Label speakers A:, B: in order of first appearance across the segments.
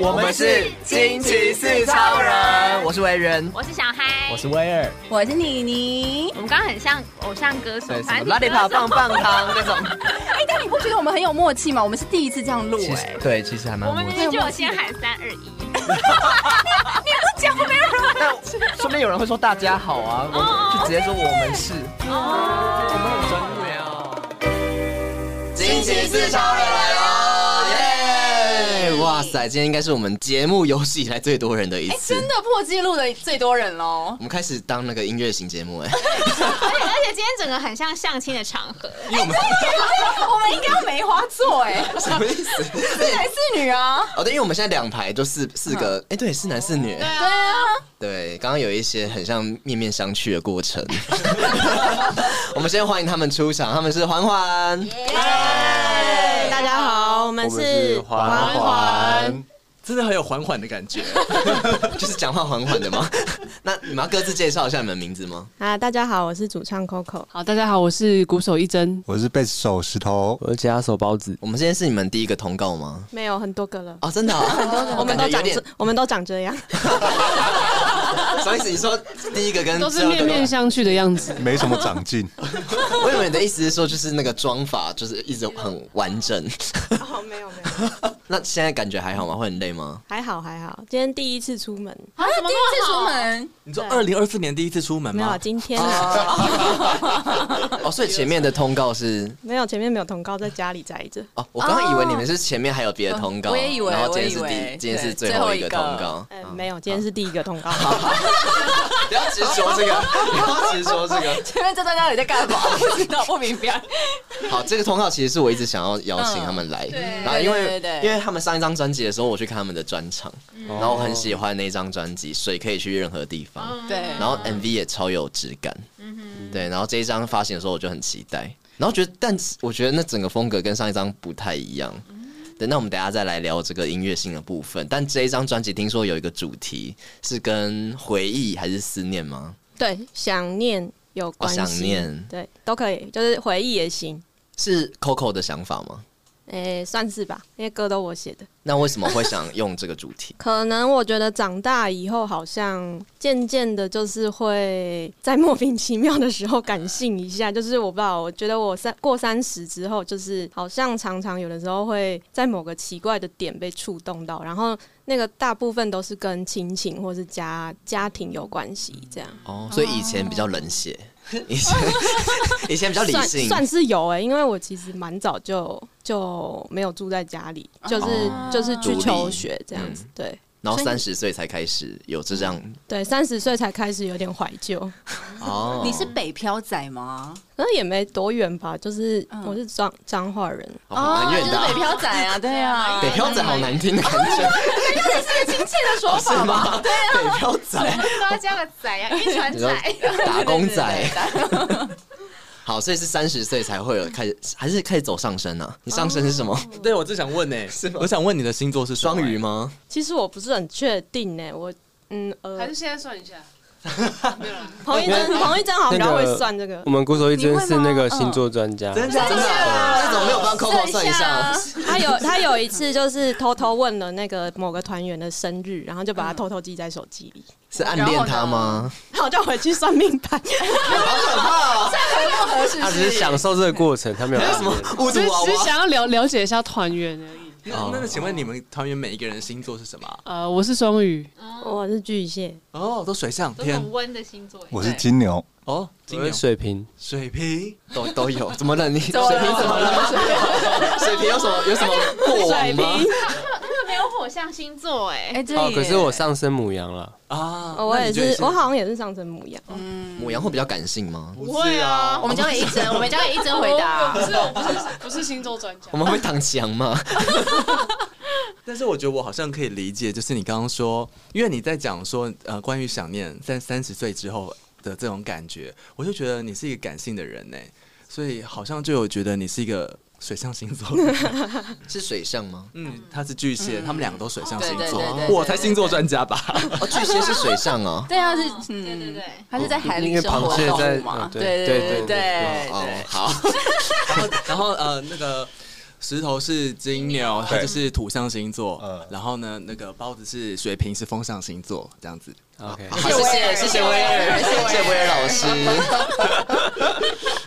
A: 我们是惊奇四超人，我是维人，
B: 我是小嗨，
C: 我是威尔，
D: 我是妮妮
B: 我。们刚刚很像偶像歌手
C: 对，什么
B: 反正
C: 拉力跑棒棒糖那种。
D: 哎、但你不觉得我们很有默契吗？我们是第一次这样录、
C: 其
D: 哎
C: 实，对，其实还蛮
B: 我们
C: 默
B: 明
C: 契
B: 明就有先喊三二一，
C: 但顺便有人会说大家好啊，我就直接说我们是，我们很专业哦。
A: 惊奇四超人来喽！耶！哇塞，今天应该是我们节目有史以来最多人的一
D: 哎、
A: 次。
D: 真的破纪录的最多人喽
A: 我！们开始当那个音乐型节目哎、
B: 而且而且今天整个很像相亲的场合，
A: 因为我们
D: 我们应该要梅花座哎、
A: 什么意思？
D: 是男是女啊？
A: 哦，对，因为我们现在两排就四四个，哎、对，是男是女。
D: 对啊，
A: 对，刚刚有一些很像面面相觑的过程。 我们先欢迎他们出场，他们是环环。
D: 啊
E: 大家好，我们是环环。，
C: 真的很有缓缓的感觉。
A: 就是讲话缓缓的吗？ 那你们要各自介绍一下你们名字吗？
E: 啊，大家好，我是主唱 Coco。
F: 好，大家好，我是鼓手一真。
G: 我是贝斯手石头，。
C: 我是吉他手包子，
A: 我们今天是你们第一个通告吗？
E: 没有很多个了，
A: 哦，真的、哦，
E: 我们都
A: 感觉
E: 长
A: 有 点
E: 这，我们都长这样。
A: 什么意思？你说第一个跟
F: 都
A: 最
F: 是
A: 后一个
F: 面面相觑的样子
G: 没什么长 进，
A: 我以为你的意思是说，就是那个妆法就是一直很完整。
E: 哦，没有没有，
A: 那现在感觉还好吗？会很累吗？
E: 还好还好。今天第一次出门，
D: 啊，第一次出门，
C: 你说二零二四年第一次出门
E: 没有啊，
C: 吗？
E: 今天
A: 哦，所以前面的通告是
E: 没有前面没有通告，在家里宅着。
A: 哦，我刚刚以为你们是前面还有别的通告，
D: 哦我也以为
A: 然后今天
D: 我
A: 是第
D: 也以为
A: 今天是
D: 对
A: 最后一个
D: 最
A: 通
D: 后一个
A: 告，
E: 嗯，没有，今天是第一个通告。
A: 哦不要执着这个， 不要执着这个。
D: 前面这段到底在干 嘛？不知道，不明白。
A: 好，这个通告其实是我一直想要邀请他们来，然后因为
D: 对对对嗯
A: 因为他们上一张专辑的时候，我去看他们的专场，然后我很喜欢那张专辑《水可以去任何地方》，
D: 对，
A: 然后 MV 也超有质感，
D: 嗯
A: 对，然后这一张发行的时候我就很期待，然后觉得，但是我觉得那整个风格跟上一张不太一样。
D: 嗯
A: 对，那我们等一下再来聊这个音乐性的部分。但这一张专辑听说有一个主题是跟回忆还是思念吗？
E: 对，想念有关系，
A: 哦想念
E: 对都可以，就是回忆也行。
A: 是 Coco 的想法吗？
E: 诶，算是吧，因为歌都我写的。？
A: 那为什么会想用这个主题
E: 可能我觉得长大以后，好像渐渐的，就是会在莫名其妙的时候感性一下。 就是我不知道，我觉得我三过三十之后，就是好像常常有的时候会在某个奇怪的点被触动到，然后那个大部分都是跟亲情或是家家庭有关系，这样
A: 哦，所以以前比较冷血，
D: 哦
A: 以 前以前比较理
E: 算
A: 性，
E: 算是有哎、因为我其实蛮早就就没有住在家里，就是、
A: 哦
E: 就是去
A: 独立
E: 求学这样子，对。
A: 然后
E: 所以
A: 三十岁才开始有这样
E: 对，三十岁才开始有点怀旧，
A: 哦。
D: 嗯你是北漂仔吗？
E: 可能也没多远吧，就是
D: 嗯
E: 我是彰彰化人，
A: 哦很远
D: 就
A: 的
D: 是
A: 啊
D: 北漂仔 啊，对啊，
A: 北漂仔好难听的感觉，
D: 亲切的说
A: 是
D: 法吧？
A: 吗？北漂仔，
B: 都要加个仔 啊，一传
A: 你说
B: 仔。
A: 打工仔。好，所以是三十岁才会有开始，还是开始走上升啊？你上升是什么？
C: 对，我正想问呢，我想问你的星座是什么
A: 双鱼？吗？
E: 其实我不是很确定呢、我嗯呃
H: 还，是现在算一下，没有啦，
E: 彭一真彭一真好像比较会
I: 那个
E: 算这个
I: 我，们鼓手一真是那个星座专家，
C: 嗯
A: 真的真的，这种没有帮 Coco 算一下
D: 啊，
E: 他有他有一次就是偷偷问了那个某个团员的生日，然后就把
H: 嗯
E: 他偷偷记在手机里，
A: 是暗恋他吗？
E: 然后就回去算命 盘，
I: 他只是享受这个过程，他没有
A: 还有什么
I: 暗恋
A: 五
F: 只
A: 毒
F: 是
A: 娃
F: 只是
A: 娃？
F: 想要了了解一下团员而已。
C: 那那请问你们团员每一个人星座是什么啊？
F: 呃，我是双鱼，
E: 我是巨蟹，
C: 哦，都水象
B: 都是
C: 天
B: 很温的星座耶，
G: 我是金牛，
C: 哦，金
I: 我
C: 牛
I: 是水瓶，
C: 水瓶，
A: 都都有，怎么了？你水瓶怎么 了？水瓶有什么有什么过往吗？
B: 他们没有火象星座哎，
D: 哎，对
I: 哦，
D: 耶，
I: 可是我上升母羊了，
C: 啊
E: 哦我也是，我
C: 好。
E: 好像也是上升母羊，
A: 母羊会比较感性吗？
C: 不会啊，
D: 哦我们交给一真，我们交给一真回答
H: 不。是，我不是，不是星座专家
A: 我。们会躺枪吗？
C: 但是我觉得我好像可以理解，就是你刚刚说，因为你在讲说呃关于想念在三十岁之后的这种感觉，我就觉得你是一个感性的人呢，所以好像就有觉得你是一个水象星座。
A: 是水象吗？
C: 嗯，他是巨蟹，他们两个都水象星
D: 对对
C: 座
D: 对对，对
C: 我才星座专家吧？
A: 哦，巨蟹是水象 哦。
D: 对啊，是嗯，
B: 对对对，
D: 他是在海里
I: 因为
D: 生活
I: 螃蟹
D: 的动
I: 在
D: 物嘛？
I: 嗯
D: 对
I: 对
D: 对
A: 哦
D: 对
I: 对对
D: 对
A: 哦，好，
C: 然后然后呃那个。石头是金牛，它
G: 对
C: 就是土象星座。
G: 嗯
C: 然后呢，那个包子是水瓶，是风象星座，这样子。
I: OK，
A: 好谢谢谢谢威尔，谢谢威尔老师。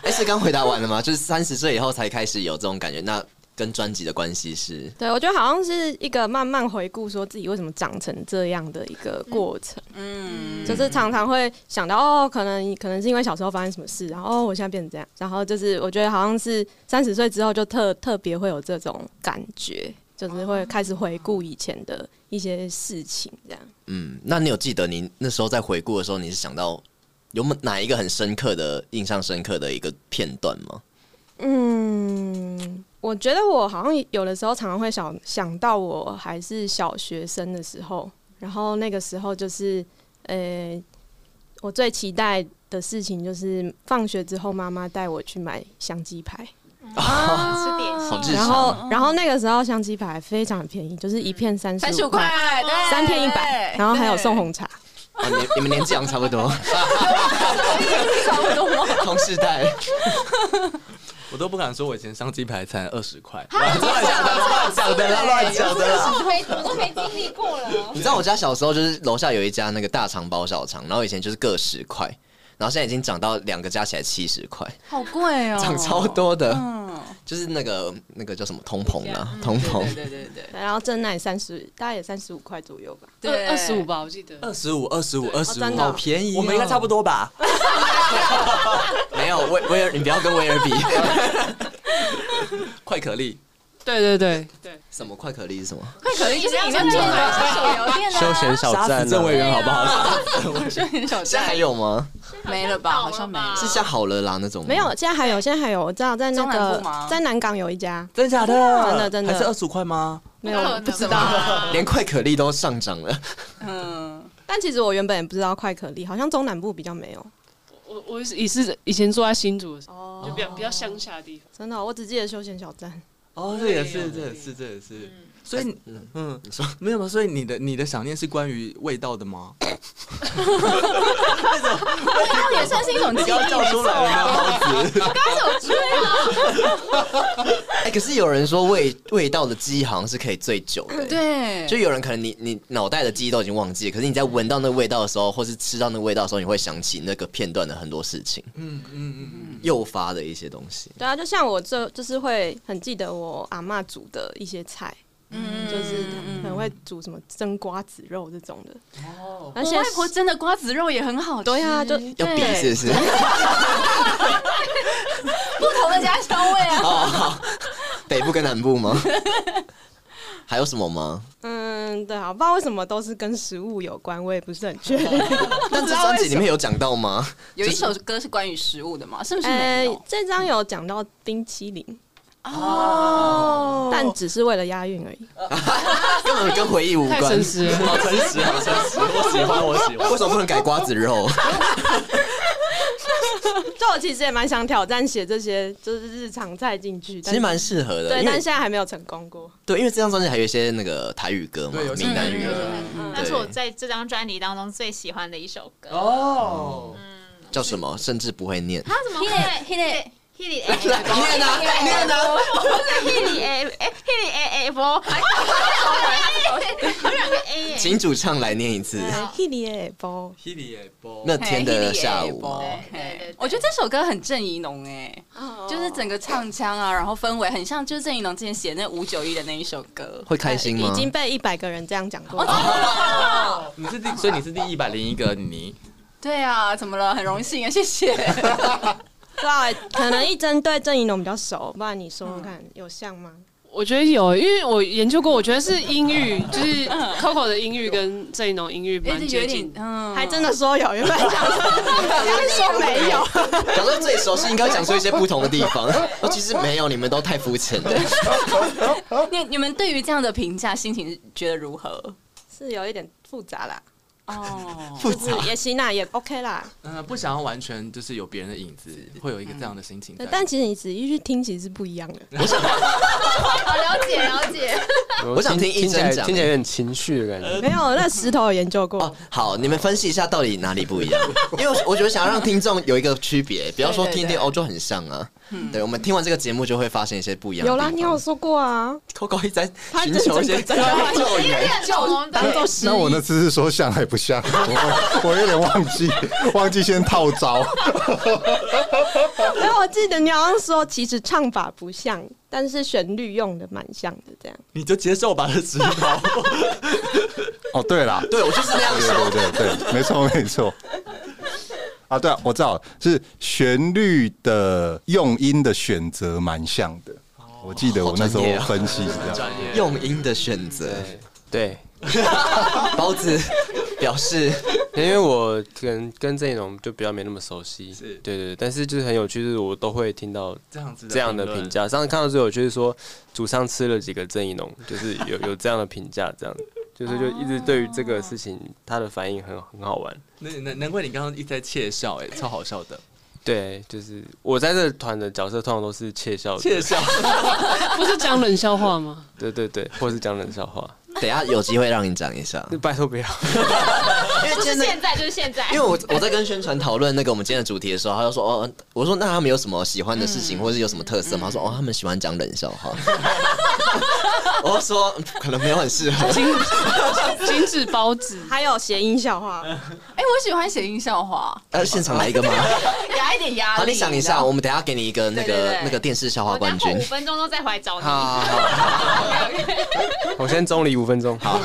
A: 哎，是刚回答完了吗？就是三十岁以后才开始有这种感觉，那跟专辑的关系是？
E: 对，我觉得好像是一个慢慢回顾，说自己为什么长成这样的一个过程。
D: 嗯，
E: 就是常常会想到哦，可能可能是因为小时候发生什么事，然后哦，我现在变成这样，然后就是我觉得好像是三十岁之后就特特别会有这种感觉，就是会开始回顾以前的一些事情，这样。
A: 嗯，那你有记得你那时候在回顾的时候，你是想到有没哪一个很深刻的、印象深刻的一个片段吗？
E: 嗯，我觉得我好像有的时候常常会想想到我还是小学生的时候，然后那个时候就是，呃、我最期待的事情就是放学之后妈妈带我去买香鸡排。啊
B: 吃点心
A: 好日
E: 然
A: 常
E: 后
A: 哦，
D: 嗯
E: 然后那个时候香鸡排非常便宜，就是一片三
D: 三
E: 十
D: 十五块，，对
E: 哦三片一百，然后还有送，红 茶。
A: 啊，你你们年纪好像差不多，差不多，同世代。
C: 我都不敢说，我以前上鸡排才二十块。
A: 乱讲的，乱讲的啦，乱讲的啦。
B: 我没我都没经历过了。
A: 你知道我家小时候就是楼下有一家那个大肠包小肠，然后以前就是各十块，然后现在已经涨到两个加起来七十块，
D: 对好贵哦，
A: 涨超，多的，
D: 嗯，
A: 就是那个那个叫什么通膨啊，通膨。
D: 对对对对
E: 对然后真奶三十，大概也三十五块左右吧。
D: 对，
F: 二二十五，吧，我记得。
C: 二十五，二十五，二十
E: 真
C: 五，
E: 的哦
A: 便宜哦
C: 我们应该差不多吧？
A: 没有威威尔，你不要跟威尔比。
C: 快可力，
F: 对对对，
A: 什么快可力是什么？
D: 快可力就是里面做的手游店啊，
I: 休闲小
C: 杀
I: 站
C: 死郑委
I: 呢？
C: 员好不好？
D: 休闲小
A: 现在还
D: 站
A: 有吗？
D: 没了吧？好像没了，
A: 是像好了啦那种吗？
E: 没有，现在还有，现在还有，我知道在那
D: 中南部吗
E: 个在南港有一家，
C: 真假的？
E: 真的真的
C: 还是二十五块吗？
E: 没有我不知道。
A: 连快可力都上涨了。
D: 嗯，
E: 但其实我原本也不知道快可丽，好像中南部比较没有。
F: 我我也是以前住在新竹的时候，就
E: 哦
F: 比较比较乡下的地方。
E: 真的哦、我只记得休闲小站。
C: 哦，这也是，这也是，这也是。所以你，嗯，
A: 你说
C: 没有吗？所以你的你的想念是关于味道的吗？
D: 那也算是一种记忆，
C: 要叫出来了吗？包子，
A: 哎、可是有人说味味道的记忆好像是可以最久的、
D: 嗯对，
A: 就有人可能你你脑袋的记忆都已经忘记了，可是你在闻到那味道的时候，或是吃到那味道的时候，你会想起那个片段的很多事情，
C: 嗯嗯嗯
A: 诱发的一些东西。
E: 对啊，就像我这就是会很记得我阿嬷煮的一些菜，
D: 嗯
E: 就是很会煮什么蒸瓜子肉这种的。
C: 嗯。哦，
E: 而
D: 我
E: 且
D: 外婆蒸的瓜子肉也很好吃，
E: 对啊就
A: 要比是不是？
D: 不同的家乡味啊。
A: 哦，好北部跟南部吗？还有什么吗？
E: 嗯，对啊，不知道为什么都是跟食物有关，我也不是很确 定。
A: 但这专辑里面有讲到吗？
D: 有一首歌是关于食物的嘛？是不是没
E: 哎，
D: 有？
E: 这张有讲到冰淇淋，
D: 哦，
E: 但只是为了押韵而 已。
A: 根本跟回忆无
F: 太
A: 关
F: 诚。实了，
C: 好诚实，好诚实，我喜欢，我喜欢。
A: 为什么不能改瓜子肉？
E: 就我其实也蛮想挑战写这些，就是日常菜进去，
A: 其
E: 但
A: 实
E: 是
A: 蛮适合的，
E: 对，
A: 因
E: 但
A: 为
E: 现在还没有成功过。
A: 对，因为这张专辑还有一些那个台语歌嘛
C: 对，有些
A: 闽南语
C: 闽南
A: 歌
C: 语歌，
B: 那是我
A: 对
B: 在这张专辑当中最喜欢的一首歌。
C: 嗯哦，
A: 叫什么？甚至不会念。
B: 他怎么会
D: Hit
B: Hilly
A: 来
B: A
A: 念 啊，念啊！
B: Hilly A Hilly A A 波，有两个 A 耶。
A: 请主唱来念一次。
E: 嘿里哎耶包，
C: 霹雳也播
A: 那天的下午啊吗？
D: 对
B: 对对对
D: 我觉得这首歌很郑怡农哎，就是整个唱腔啊，然后氛围很像，就是郑怡农之前写那五九一的那一首歌。
A: 会开心吗
E: 已？经被一百个人这样讲过
D: 哦
E: 了。
C: 你 是第，所以你是第一百零一个你。
D: 对啊，怎么了？很荣幸啊，谢谢。
E: 不知道欸，可能一针对郑怡农比较熟，不然你说说看，有像吗？
F: 我觉得有，因为我研究过，我觉得是音域，就是 Coco 的音域跟这一种音域蛮接近的。
D: 嗯
E: 还真的说有，原本想说原本说 没有，
A: 讲到最熟悉，应该讲出一些不同的地方。 哦，其实没有，你们都太肤浅了。
D: 哦你你们对于这样的评价，心情觉得如何？
E: 是有一点复杂啦，
D: 哦，
E: 就是也行啦，也 OK 啦。
C: 嗯，不想要完全就是有别人的影子，会有一个这样的心情
E: 嗯
C: 在
E: 对。但其实你仔细去听，其实是不一样的。
B: 好了解了解。
A: 我想听一
I: 听起来
A: 真讲
I: 听起来有点情绪的感觉。
E: 没有，那石头有研究过
A: 哦，，好，你们分析一 下到底哪里不一样？因为我我觉得想要让听众有一个区别，不要说
D: 对对
A: 听听
D: 对
A: 哦就很像啊。对，我们听完这个节目就会发现一些不一样的
E: 嗯有
A: 地
E: 啦，
A: 方。
E: 你有说过啊，
C: Coco 一直在
E: 他
C: 寻求一些
E: 整整个在
C: 救援。
B: 就
A: 当做失忆
G: 那我那次是说像还不像， 我我有点忘记，忘记先套招。
E: 然后我记得你好像说，其实唱法不像，但是旋律用的蛮像的，这样。
C: 你就接受吧，这指导。
G: 哦，对啦，
A: 对我就是那样 说。
G: 对对对对，没错没错。啊，对啊，我知道是旋律的用音的选择蛮像的。我记得我那时候
A: 好专业啊
G: 分析是这样，
A: 用音的选择，
I: 对，
A: 包子表示
I: 因为我跟跟这种就比较没那么熟悉，
C: 是
I: 对对对，但是就是很有趣，就是我都会听到
C: 这样子
I: 这样的
C: 论
I: 评，价。上次看到最有趣是说，祖上吃了几个郑一农，就是有有这样的评价，这样就是就一直对于这个事情他的反应很很好玩。
C: 难难难怪你刚刚一直在窃笑，哎，超好笑的，
I: 对，就是我在这团的角色通常都是窃笑的，
C: 窃笑。
F: 不是讲冷笑话吗？
I: 对对对，或是讲冷笑话，
A: 等一下有机会让你讲一下，
I: 就拜托不要。
A: 因为
B: 是
A: 真的。
B: 现在就是现在，
A: 因为我我在跟宣传讨论那个我们今天的主题的时候，他就说哦，我说那他们有什么喜欢的事情，或者是有什么特色吗？他说哦，他们喜欢讲冷笑话。 我就说嗯可能没有很适合，
F: 精精致包子，
E: 还有谐音笑话，
D: 哎、我喜欢谐音笑话，
A: 呃，现场来一个吗？
D: 压一点压
A: 好，
D: 力。啊
A: 你想一
D: 知
A: 下，
D: 道
A: 我
D: 吗
A: 们等一下给你一个那
D: 对对
A: 个
D: 对
A: 那个电视笑话
B: 我
A: 冠
B: 等下
A: 军
B: 后五。分钟都再回来找你。
A: 好，好好
I: 我先中离五分钟，好，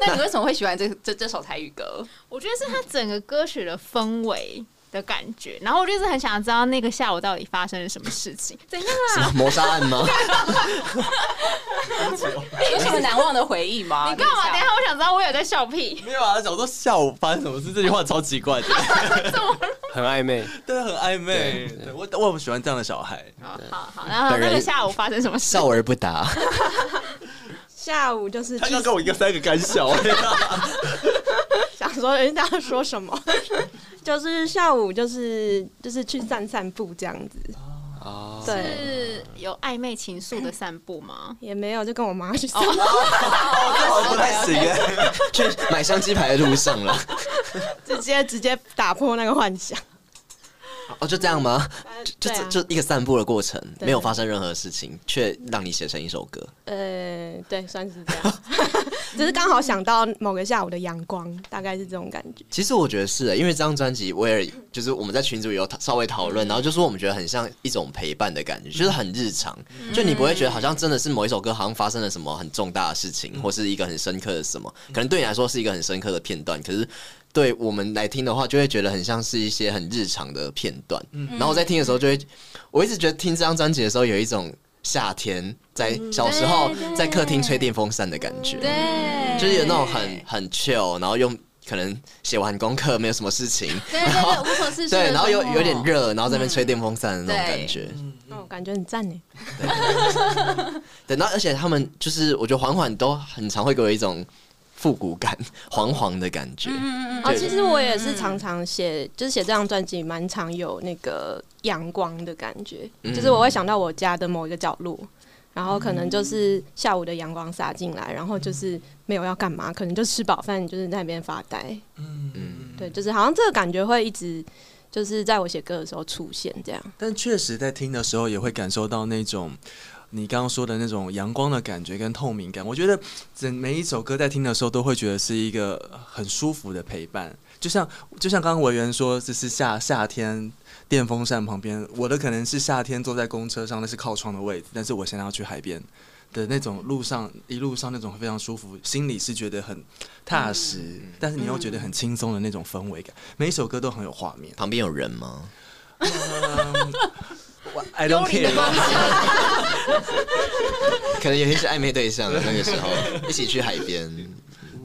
D: 那你为什么会喜欢这这这首台语歌？
B: 我觉得是他整个歌曲的氛围的感觉，然后我就是很想知道那个下午到底发生了什么事情，怎样啊？
A: 谋杀案吗？
D: 有什么难忘的回忆吗？
B: 你干嘛？等一下我想知道，我有在笑屁，
C: 没有啊，想说下午发生什么事，这句话超奇怪的，
I: 很暧昧。
C: 对，啊很暧昧。对我我很喜欢这样的小孩，
B: 好好好，然后那个下午发生什么事？
A: 笑而不答。
E: 下午就是
C: 他刚跟我一个三个干 笑。
E: 想说，哎、大家说什么？ 就是下午就是就是去散散步这样子，
I: 哦，
E: 对，
B: 是有暧昧情愫的散步吗？
E: 也没有就跟我妈去散步。
A: 哦好哦不太 行哎，去买香鸡排的路上了。
E: 直接直接打破那个幻想，
A: 哦，就这样吗？就
E: 对
A: 就
E: 啊
A: 就一个散步的过程，
E: 对
A: 没有发生任何事情，却让你写成一首歌。
E: 呃，对，算是这样， 只是刚好想到某个下午的阳光，大概是这种感觉。
A: 其实我觉得是欸，因为这张专辑，我也就是我们在群组也有讨稍微讨
D: 嗯
A: 论，然后就说我们觉得很像一种陪伴的感觉，就是很日常，
D: 嗯
A: 就你不会觉得好像真的是某一首歌好像发生了什么很重大的事
D: 嗯
A: 情，或是一个很深刻的什么，可能对你来说是一个很深刻的片段，可是。对我们来听的话，就会觉得很像是一些很日常的片段。
D: 嗯
A: 然后我在听的时候，就会，我一直觉得听这张专辑的时候，有一种夏天在小时候
D: 嗯对对
A: 在客厅吹电风扇的感觉。
D: 对
A: 就是有那种很很 chill，然后又可能写完功课没有什么事情，
D: 对对对，无所事事的
A: 对，然后又
D: 生活
A: 有点，热，然后在那边吹电风扇的那种感觉。
E: 那哦我感觉很赞欸呢。
A: 对，然后而且他们就是我觉得缓缓都很常会给我一种复古感、黄黄的感觉。
D: 嗯嗯
E: 哦，其实我也是常常写，就是写这张专辑，蛮常有那个阳光的感觉，就是我会想到我家的某一个角落。然后可能就是下午的阳光洒进来，然后就是没有要干嘛，可能就吃饱饭，就是在那边发呆。
A: 嗯，
E: 对，就是好像这个感觉会一直就是在我写歌的时候出现这样。
C: 但确实在听的时候也会感受到那种。你刚刚说的那种阳光的感觉跟透明感，我觉得整每一首歌在听的时候都会觉得是一个很舒服的陪伴，就像就像刚刚委员说，这是夏夏天电风扇旁边，我的可能是夏天坐在公车上，那是靠窗的位置，但是我现在要去海边的那种路上，一路上那种非常舒服，心里是觉得很踏实，但是你又觉得很轻松的那种氛围感，每一首歌都很有画面。
A: 旁边有人吗？
C: I don't care。
A: 可能有一些暧昧对象，啊那个时候一起去海边，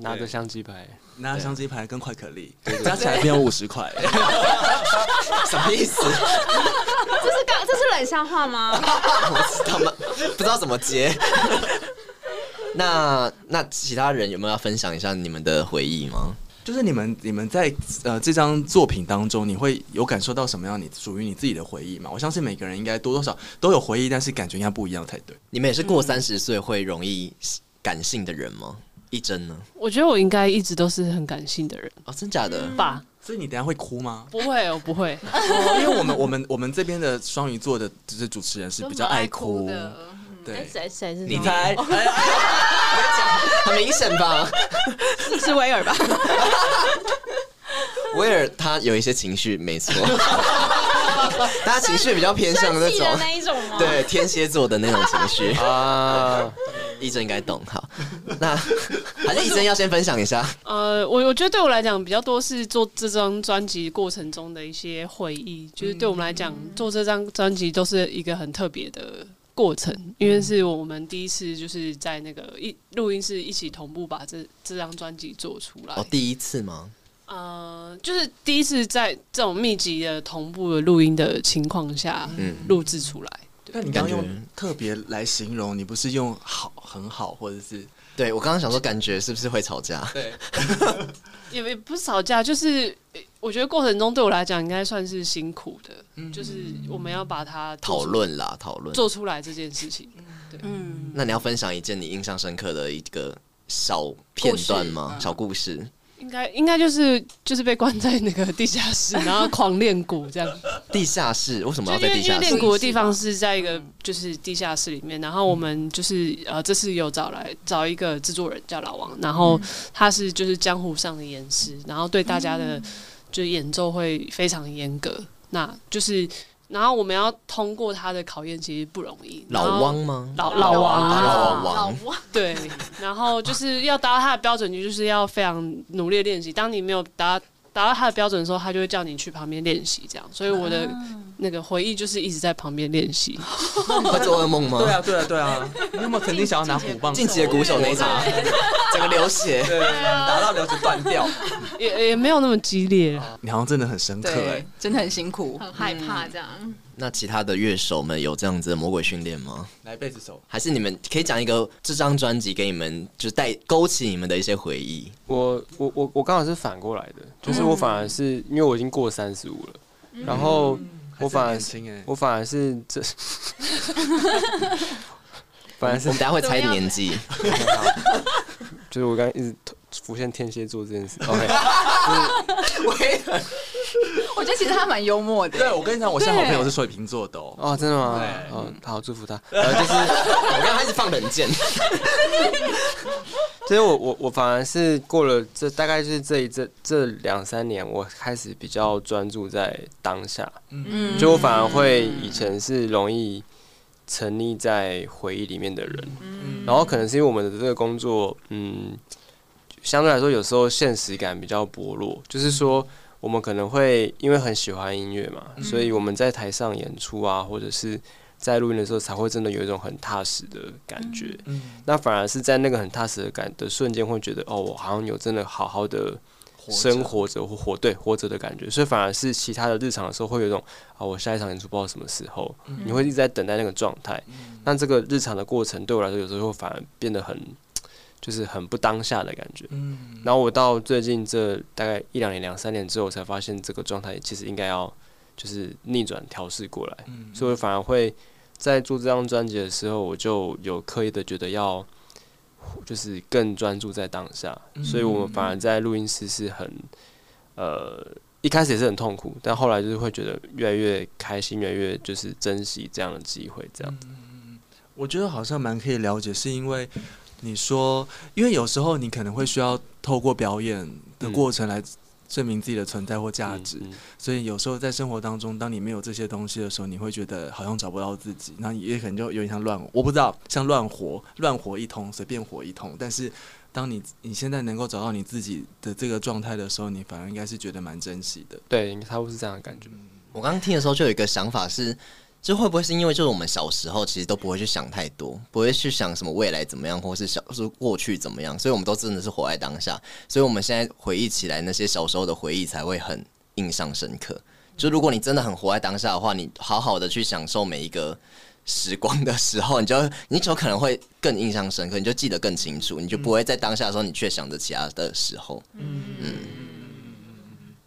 I: 拿着香鸡排，
C: 拿香鸡排跟快可丽加起来变五十块，
A: 什么意思？
B: 这是刚这是冷笑话吗？
A: 我他们不知道怎么接。 那那其他人有没有要分享一下你们的回忆吗？
C: 就是你们你们在呃这张作品当中，你会有感受到什么样你属于你自己的回忆吗？我相信每个人应该多多少都有回
E: 嗯
C: 忆，但是感觉应该不一样才对。
A: 你们也是过三十岁会容易感性的人吗？一真呢？
F: 我觉得我应该一直都是很感性的人
A: 哦，真假的？
E: 嗯
F: 吧？
C: 所以你等一下会哭吗？
F: 不会，我不会。
C: 哦因为我们我们我们这边的双鱼座的就是主持人是比较爱哭，
H: 的，
C: 对，
E: 哎谁谁是
A: 你猜？哎呀很明显吧？
E: 是威尔吧？
A: 威尔他有一些情绪，没 错，他情绪比较偏向那种
B: 那一种吗？
A: 对天蝎座的那种情绪。
I: 啊，
A: 一真应该懂，好，那还是一真要先分享一下。
F: 呃，我我觉得对我来讲比较多是做这张专辑过程中的一些回忆，就是对我们来讲，
A: 嗯
F: 做这张专辑都是一个很特别的过程，因为是我们第一次就是在那个一录音室一起同步把这这张专辑做出来。
A: 哦，第一次吗？
F: 呃，就是第一次在这种密集的同步的录音的情况下
A: 嗯
F: 录制出来。
C: 但你刚刚
A: 感觉
C: 用特别来形容，你不是用好很好，或者是
A: 对，我刚刚想说，感觉是不是会吵架？
C: 对，
F: 也也不是吵架，就是呃我觉得过程中对我来讲应该算是辛苦的，
A: 嗯
F: 就是我们要把它做出
A: 讨论啦，讨论。
F: 做出来这件事情。
D: 嗯，
A: 那你要分享一件你印象深刻的一个小片段吗
D: 故？事嗯
A: 小故事？
F: 应该应该就是就是被关在那个地下室，然后狂练 鼓这样。
A: 地下室为什么要
F: 就因
A: 哦在地
F: 为因为
A: 下室
F: 练？鼓的地方是在一个就是地下室里面，然后我们就是呃这次有找来找一个制作人叫老王，然后他是就是江湖上的严师，然后对大家的就演奏会非常严格，那就是然后我们要通过他的考验其实不容易。然后
A: 老汪吗？
F: 老老王
A: 啊
F: 啊，
A: 老王，
F: 对，然后就是要达到他的标准，你就是要非常努力地练习。当你没有达达到他的标准的时候，他就会叫你去旁边练习，这样。所以我的
H: 啊
F: 那个回忆就是一直在旁边练习。
A: 会做噩梦吗？
C: 对啊，对啊，对啊。你有没有曾经想要拿虎棒
A: 晋级的鼓手那一场， 整个流血。
C: 对，打到流就断掉？
F: 也也没有那么激烈
A: 哦
F: 啦。
C: 你好像真的很深刻哎
D: 对。，真的很辛苦。
B: 很害怕这样。
A: 那其他的乐手们有这样子的魔鬼训练吗？
C: 来贝斯手，
A: 还是你们可以讲一个这张专辑给你们，就是带勾起你们的一些回忆？
I: 我我我我刚好是反过来的，就是我反而是因为我已经过三十五了，然后我反而
C: 嗯很
I: 是
C: 轻哎，
I: 我反而是这，反而
A: 我
I: 是
A: 们等一下会猜年纪。
I: 就是我刚刚一直浮现天蝎座这件事。OK，
D: 我觉得其实他蛮幽默的，
C: 对我跟你讲，我现在好朋友是水瓶座的哦。
I: 哦，真的吗
C: 对？
I: 哦，好，祝福他。
A: 呃我刚刚开始放冷箭，
I: 所以我我我反而是过了这大概就是这一这这两三年，我开始比较专注在当下，
D: 嗯
I: 就我反而会以前是容易沉溺在回忆里面的人，然后可能是因为我们的这个工作，嗯，相对来说有时候现实感比较薄弱，就是说我们可能会因为很喜欢音乐嘛，所以我们在台上演出啊，或者是在录音的时候才会真的有一种很踏实的感觉，
C: 嗯，
I: 那反而是在那个很踏实的感的瞬间，会觉得哦，我好像有真的好好的
C: 活着
I: 生活着或活对活着的感觉，所以反而是其他的日常的时候，会有一种啊，我下一场演出不知道什么时候，你会一直在等待那个状态。那这个日常的过程对我来说，有时候反而变得很就是很不当下的感觉。
C: 嗯，
I: 然后我到最近这大概一两年、两三年之后，才发现这个状态其实应该要就是逆转调试过来，所以我反而会在做这张专辑的时候，我就有刻意的觉得要就是更专注在当下，所以我们反而在录音室是很呃一开始也是很痛苦，但后来就是会觉得越来越开心，越来越就是珍惜这样的机会，这样
C: 我觉得好像蛮可以了解，是因为你说，因为有时候你可能会需要透过表演的过程来证明自己的存在或价值，
I: 嗯嗯
C: 所以有时候在生活当中，当你没有这些东西的时候，你会觉得好像找不到自己，那也可能就有点像乱，我不知道，像乱活，乱活一通，随便活一通。但是当你你现在能够找到你自己的这个状态的时候，你反而应该是觉得蛮珍惜的。
I: 对，差不多是这样的感觉。
A: 我刚刚听的时候就有一个想法是，就会不会是因为就是我们小时候其实都不会去想太多，不会去想什么未来怎么样，或是小是过去怎么样，所以我们都真的是活在当下，所以我们现在回忆起来那些小时候的回忆才会很印象深刻。就如果你真的很活在当下的话，你好好的去享受每一个时光的时候，你就你就可能会更印象深刻，你就记得更清楚，你就不会在当下的时候你却想着其他的时候，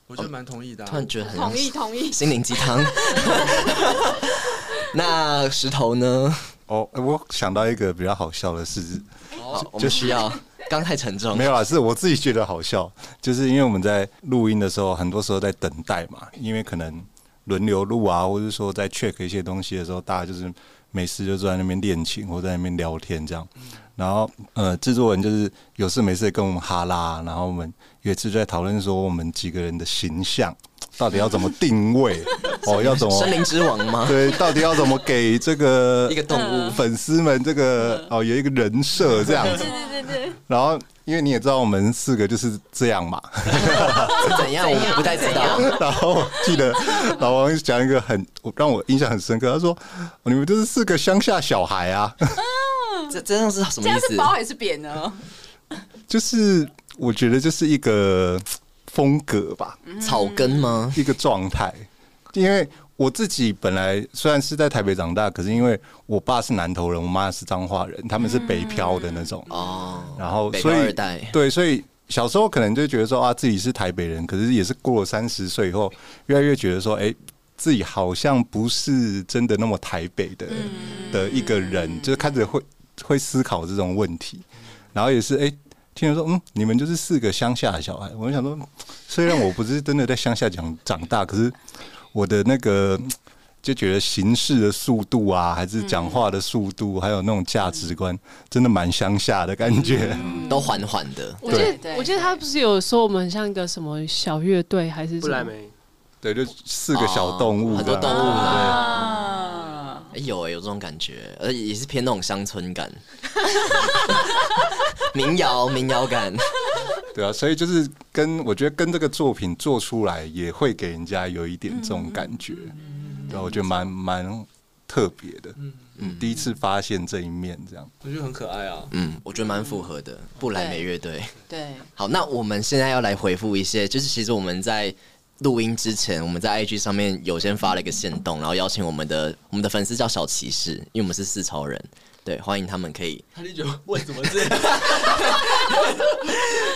C: 我觉得蛮同意的啊、
A: 突然觉得 很像
B: 同意同意，
A: 心灵鸡汤。 那石头呢？
G: 哦，我想到一个比较好笑的事，
A: 好，我们需要。刚太沉重，
G: 没有啦，是我自己觉得好笑，就是因为我们在录音的时候，很多时候在等待嘛，因为可能轮流录啊，或者说在 check 一些东西的时候，大家就是没事就坐在那边练琴或在那边聊天这样。然后呃，制作人就是有事没事跟我们哈拉，然后我们有一次就在讨论说我们几个人的形象到底要怎么定 位哦，要怎么
A: 森林之王吗？
G: 对，到底要怎么给这个
A: 一个动物，嗯
G: 粉丝们这个哦有一个人设这样子，
D: 对对对，
G: 然后因为你也知道我们四个就是这样嘛，
A: 是怎样？我不太知道。
G: 然后我记得老王讲一个很我让我印象很深刻，他说哦你们就是四个乡下小孩啊，
A: 这这样是什
D: 这
A: 么意
D: 样
A: 思
D: 是？包还是扁呢？
G: 就是我觉得就是一个风格吧，
A: 草根吗？
G: 一个状态，因为。我自己本来虽然是在台北长大，可是因为我爸是南投人，我妈是彰化人，他们是北漂的那种，
A: 哦，
G: 然后
A: 北
G: 所
A: 漂
G: 以
A: 二代
G: 对，所以小时候可能就觉得说啊自己是台北人，可是也是过了三十岁以后，越来越觉得说，哎、自己好像不是真的那么台北的、的一个人，就是开始会会思考这种问题，然后也是哎。听人说，嗯，你们就是四个乡下的小孩。我就想说，嗯虽然我不是真的在乡下长长大，可是我的那个就觉得行事的速度啊，还是讲话的速度，还有那种价值观，真的蛮乡下的感觉。
A: 都缓缓的，
F: 我记
D: 对对
F: 得我记得他不是有说我们很像一个什么小乐队还是
I: 不
F: 什么
I: 然？没
G: 对，就四个小动物
A: 哦
G: 这样，
A: 很多动物啊
D: 啊，
A: 哎有哎、有这种感觉，而且也是偏那种乡村感， 民谣民谣感，
G: 对啊，所以就是跟我觉得跟这个作品做出来，也会给人家有一点这种感觉，
A: 嗯
G: 对啊、我觉得蛮蛮特别的，嗯，第一次发现这一面这样。
C: 我觉得很可爱啊。
A: 嗯，我觉得蛮符合的。布莱梅乐队，
D: 对，
A: 好，那我们现在要来回复一些，就是其实我们在录音之前，我们在 IG 上面有先发了一个线动，然后邀请我们的我们的粉丝叫小骑士，因为我们是四超人，对，欢迎他们可以
C: 他就觉得啊问怎么这样？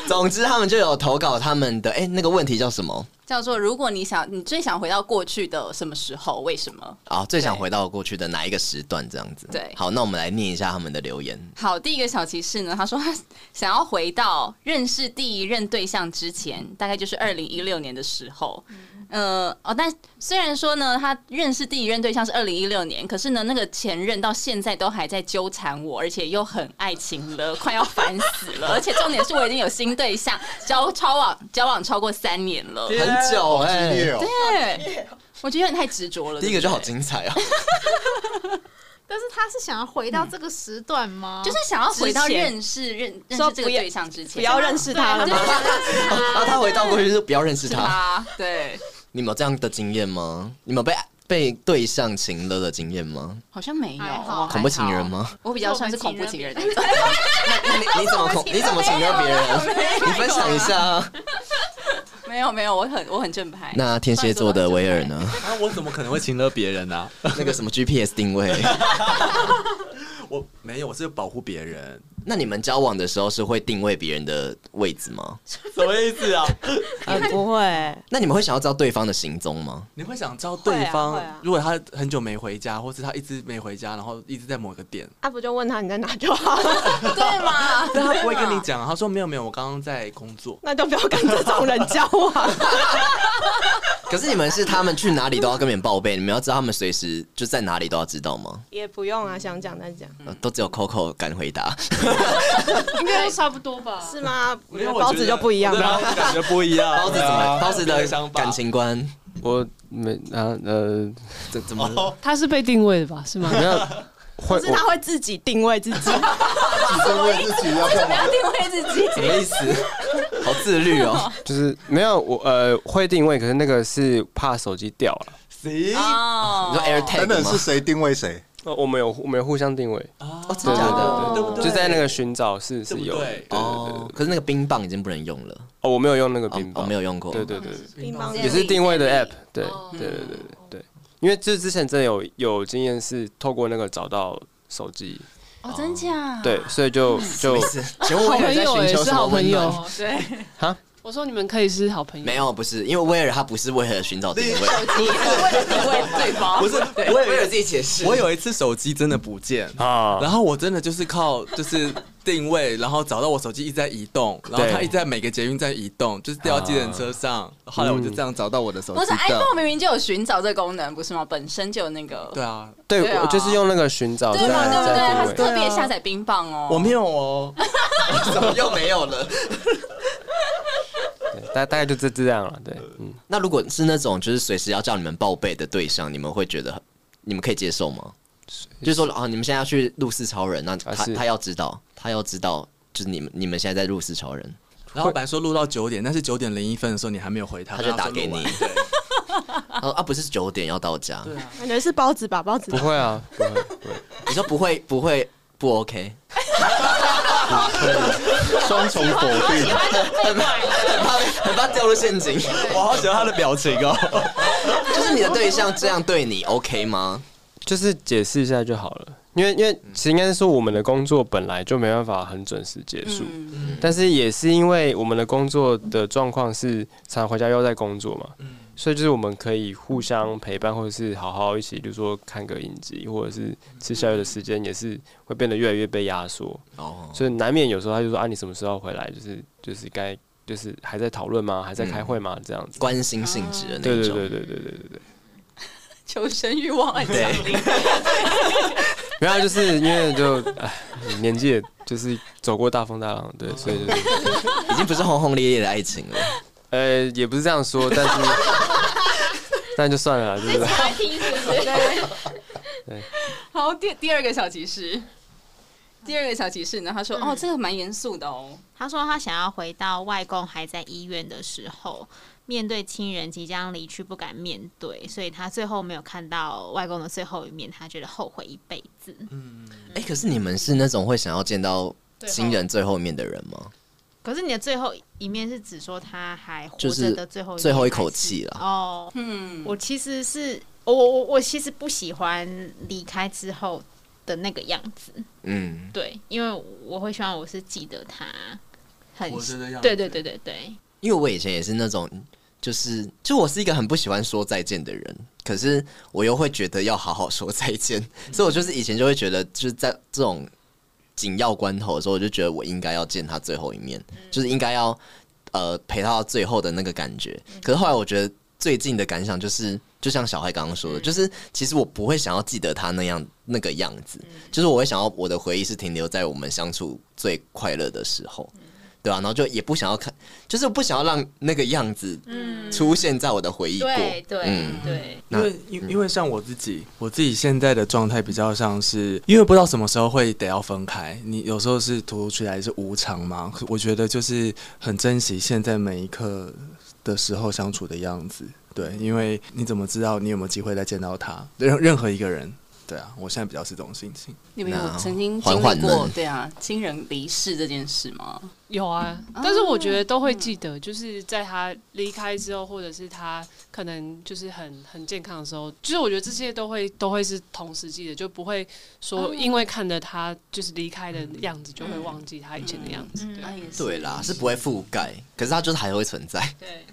A: 总之，他们就有投稿他们的哎、那个问题叫什么
D: 叫做如果你想，你最想回到过去的什么时候？为什么？
A: 啊？最想
D: 对
A: 回到过去的哪一个时段？这样子。
D: 对
A: 好，那我们来念一下他们的留言。
D: 好，第一个小骑士呢，他说 他想要回到认识第一任对象之前，大概就是二零一六年的时候。
E: 嗯
D: 呃，哦，但虽然说呢，他认识第一任对象是二零一六年，可是呢，那个前任到现在都还在纠缠我，而且又很爱情了， 快要烦死了。而且重点是我已经有新对象，交超往交往超过三年了。
A: 很久哎、
G: 哦
D: 对，我觉得有点太执着了。
A: 第一个就好
D: 对不
A: 精
D: 对
A: 彩啊！
B: 但是他是想要回到这个时段吗？
D: 就是想要回到
E: 之前
D: 认识认认
E: 说
D: 识这个
E: 不要
D: 对象之前，
E: 不要认识他了吗？
A: 然后他回到过去就不要认识
D: 是啊
A: 他。
D: 他，对，
A: 你们有这样的经验吗？你们有被被对象情勒的经验吗？
D: 好像没有
B: 还好
A: 恐怖情人？吗？
D: 我比较算是恐怖情人那种。
A: 那你你怎么恐？你怎么情勒别人？你分享一下啊。
D: 没有没有，我很我很正派。
A: 那天蝎座的威尔呢？
C: 啊，我怎么可能会情勒别人啊呢、
A: 那个什么 GPS 定位？
C: 我没有，我是保护别人，
A: 那你们交往的时候是会定位别人的位置吗？
C: 什么意思啊？
E: 不会，
A: 那你们会想要知道对方的行踪吗？
C: 你会想知道对方，
E: 会啊会啊
C: 如果他很久没回家，或是他一直没回家，然后一直在某个点，
E: 啊，不就问他你在哪就好，
D: 对吗？
C: 但他不会跟你讲，他说没有没有，我刚刚在工作。
E: 那就不要跟这种人交往。
A: 可是你们是他们去哪里都要跟别人报备，你们要知道他们随时就在哪里都要知道吗？
E: 也不用啊，想讲再讲，
A: 呃都只有 Coco 敢回答。
H: 应该都差不多吧？
E: 是吗？我
C: 没
E: 觉得
C: 有
E: 包子就不一样了。
C: 我对他啊感觉不一样。啊
A: 包子怎么？包子
C: 我没有
A: 的
C: 想法
A: 感情观
I: 我没啊呃，这 怎么了？
F: 他是被定位的吧？ 是吗？
I: 没有 会
E: 可是他会自己定位自己，
A: 啊
G: 自己问自己要 干嘛？
D: 定位自己，
A: 什么意思？好自律 哦！
I: 就是没有我呃会定位，可是那个是怕手机掉了。
C: 谁？
D: 哦
A: 你说 AirTag
G: 等等
A: 吗
G: 是？谁定 位谁？
I: 呃，我们有我们有互相定位，
C: 啊
A: 哦，真的假的？
C: 对不对？
I: 啊就在那个寻找是
C: 对
I: 是
C: 不
I: 有的。
C: 对
I: 对对对
A: 哦，可是那个冰棒已经不能用了，
I: 哦，我没有用那个
A: 哦
I: 冰，
A: 我
I: 棒，
A: 没有用过。
I: 对对对，对
E: 乒乓
I: 也是定位的 app，对
H: 哦
I: 对对对对对，因为就之前真的有有经验是透过那个找到手机，
D: 哦，真假？
I: 对，所以就就
A: 没事，请问我有在寻求什么温
F: 好朋友
A: 暖？
F: 哦
D: 对，
I: 哈，
F: 我说你们可以是好朋友，
A: 没有，不是，因为威尔他不是为了寻找定位，
D: 对方
C: 不是，我
A: 威尔
C: 有
A: 自己解释。
C: 我有一次手机真的不见，
I: 啊，
C: 然后我真的就是靠就是定位，然后找到我手机一直在移动，然后
I: 对
C: 它一直在每个捷运站移动，就是掉到计程车上。后来我就这样找到我的手
D: 不
C: 机
D: 是
C: 的。
D: iPhone 明明就有寻找这功能，不是吗？本身就有那个，
C: 对啊，
I: 对，
D: 对啊
I: 我就是用那个寻找
A: 啊
I: 在
D: 对嘛，对不啊对？它
I: 在定
D: 是
I: 位，
D: 特别下载冰棒哦。
C: 我没有哦，
A: 怎么又没有了？
I: 对大大概就这这样了，对，嗯，
A: 那如果是那种就是随时要叫你们报备的对象，你们会觉得很你们可以接受吗？就是说啊，你们现在要去入室超人，那他、
I: 啊是
A: 他要知道，他要知道，就是你们你们现在在入室超人，
C: 然后本来说录到九点，但是九点零一分的时候你还没有回他，
A: 他就打给你
C: 然后说录完
A: 他说啊，啊不是九点要到家，
E: 感觉是包子吧，包子
I: 不
E: 吧。
I: 会啊，不会，不会，
A: 你说不会不会不 OK，
G: 双重否定，
A: 很怕被很怕掉入陷阱。
C: 对我好喜欢他的表情 哦。
A: 就是你的对象这样对你 OK 吗？
I: 就是解释一下就好了。因为因为
A: 嗯
I: 其实应该是说我们的工作本来就没办法很准时结束，
D: 嗯，
I: 但是也是因为我们的工作的状况是常回家又在工作嘛，
A: 嗯
I: 所以就是我们可以互相陪伴，或者是好好一起，比如说看个影集，或者是吃宵夜的时间也是会变得越来越被压缩，
A: 哦，
I: 所以难免有时候他就说啊，你什么时候回来？就是就是该就是还在讨论吗？还在开会吗？这样子。
A: 关心性质的那
I: 对
A: 种。
I: 对对对对对对对，
D: 求生欲望很强烈。
I: 没有啊，就是因为就哎，年纪也就是走过大风大浪，对，所以就是
A: 已经不是轰轰烈烈的爱情了。
I: 呃，也不是这样说，但是但就算了啦，就是
B: 爱听是不是？
D: 好，第第二个小提示，第二个小提示呢，他说、哦，这个蛮严肃的哦。
B: 他说他想要回到外公还在医院的时候，面对亲人即将离去不敢面对，所以他最后没有看到外公的最后一面，他觉得后悔一辈子。
A: 哎、可是你们是那种会想要见到亲人最后一面的人吗？
B: 可是你的最后一面是指说他还活
A: 就是
B: 着的最后一面
A: 最后一
B: 还
A: 口
B: 是
A: 气啦
B: 哦，
D: 嗯，
B: 我其实是我我我我其实不喜欢离开之后的那个样子，
A: 嗯，
B: 对，因为我会希望我是记得他很
C: 活着的样子
B: 对对对对对，
A: 因为我以前也是那种，就是就我是一个很不喜欢说再见的人，可是我又会觉得要好好说再见，所以我就是以前就会觉得，就是在这种紧要关头的时候，我就觉得我应该要见他最后一面，就是应该要呃陪他到最后的那个感觉。可是后来我觉得最近的感想就是，就像小孩刚刚说的，就是其实我不会想要记得他那样那个样子，就是我会想要我的回忆是停留在我们相处最快乐的时候。对啊，然后就也不想要看，就是不想要让那个样子
B: 嗯，
A: 出现在我的回忆过。
B: 对对、
A: 嗯
B: 对，
A: 那
C: 因为因因为像我自己，我自己现在的状态比较像是，因为不知道什么时候会得要分开。你有时候是突如其来是无常嘛，可我觉得就是很珍惜现在每一刻的时候相处的样子。对，因为你怎么知道你有没有机会再见到他？任任何一个人，对啊，我现在比较是这种心情。
D: 你们有
A: 那
D: 曾经经历过
A: 缓缓闷
D: 对啊亲人离世这件事吗？
F: 有啊，但是我觉得都会记得，就是在他离开之后，或者是他可能就是很很健康的时候，就是我觉得这些都会都会是同时记得，就不会说因为看着他就是离开的样子，就会忘记他以前的样子。对
D: 啊，也是。
A: 对啦，是不会覆盖，可是它就是还会存在。
F: 对，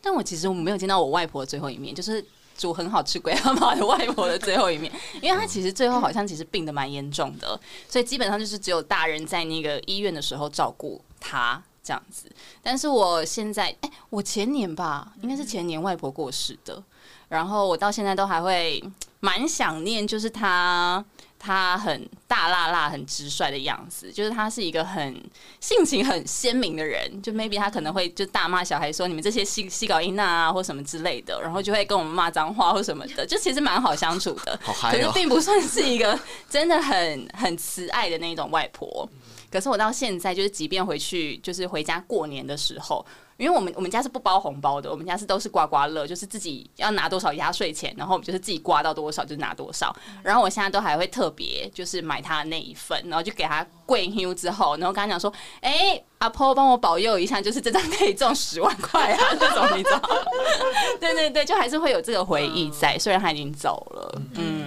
D: 但我其实我没有见到我外婆的最后一面，就是煮很好吃鬼阿妈的外婆的最后一面，因为她其实最后好像其实病得蛮严重的，所以基本上就是只有大人在那个医院的时候照顾她这样子。但是我现在，哎、我前年吧，应该是前年外婆过世的，然后我到现在都还会蛮想念，就是她。她很大辣辣、很直率的样子，就是她是一个很性情很鲜明的人，就 maybe 他可能会就大骂小孩说你们这些细细搞音娜啊或什么之类的，然后就会跟我们骂脏话或什么的，就其实蛮好相处的。
A: 好嗨
D: 可是
A: 哦！
D: 并不算是一个 真的很很慈爱的那种外婆。可是我到现在就是，即便回去就是回家过年的时候，因为我们我们家是不包红包的，我们家是都是刮刮乐，就是自己要拿多少压岁钱，然后我们就是自己刮到多少就拿多少。然后我现在都还会特别就是买他的那一份，然后就给他跪 Q 之后，然后跟他讲说：“哎、阿婆帮我保佑一下，就是这张可以中十万块啊，这种你知道吗？” 对对对，就还是会有这个回忆在，虽然他已经走了，嗯。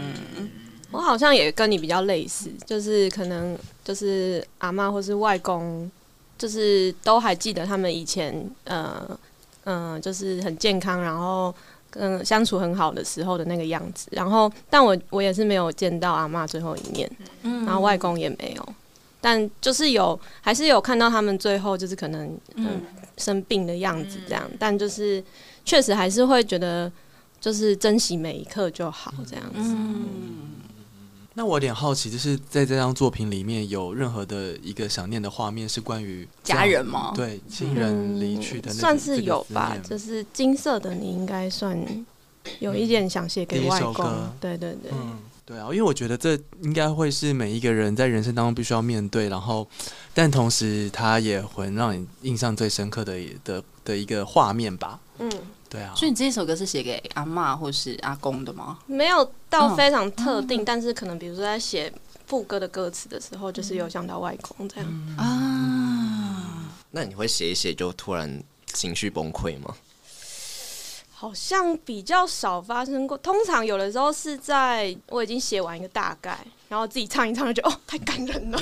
E: 我好像也跟你比较类似，就是可能就是阿嬷或是外公就是都还记得他们以前呃呃，就是很健康，然后嗯相处很好的时候的那个样子。然后，但我我也是没有见到阿嬷最后一面，
D: 嗯
E: 然后外公也没有。但就是有，还是有看到他们最后就是可能嗯生病的样子这样，
D: 嗯
E: 但就是确实还是会觉得就是珍惜每一刻就好这样子。
D: 嗯，
C: 那我有点好奇，就是在这张作品里面有任何的一个想念的画面是关于
D: 家
C: 这样
D: 人吗
C: 对，亲
D: 嗯
C: 人离去的那种、
E: 算是有吧，
C: 这
E: 就
C: 个思
E: 是金色的你应该算有一点想写给外
C: 嗯第一首
E: 公
C: 歌，
E: 对对对
C: 念。，嗯，对啊，因为我觉得这应该会是每一个人在人生当中必须要面对，然后，但同时它也会让你印象最深刻的的的一个画面吧。
E: 嗯，
C: 对啊，
D: 所以你这首歌是写给阿嬷或是阿公的吗？
E: 没有
C: 嗯
E: 到非常特定，但是可能比如说在写副歌的歌词的时候，就是有想到外公这
C: 嗯
E: 样。
D: 啊，
A: 那你会写一写就突然情绪崩溃吗？
E: 好像比较少发生过，通常有的时候是在我已经写完一个大概，然后自己唱一唱，就觉得哦太感人了，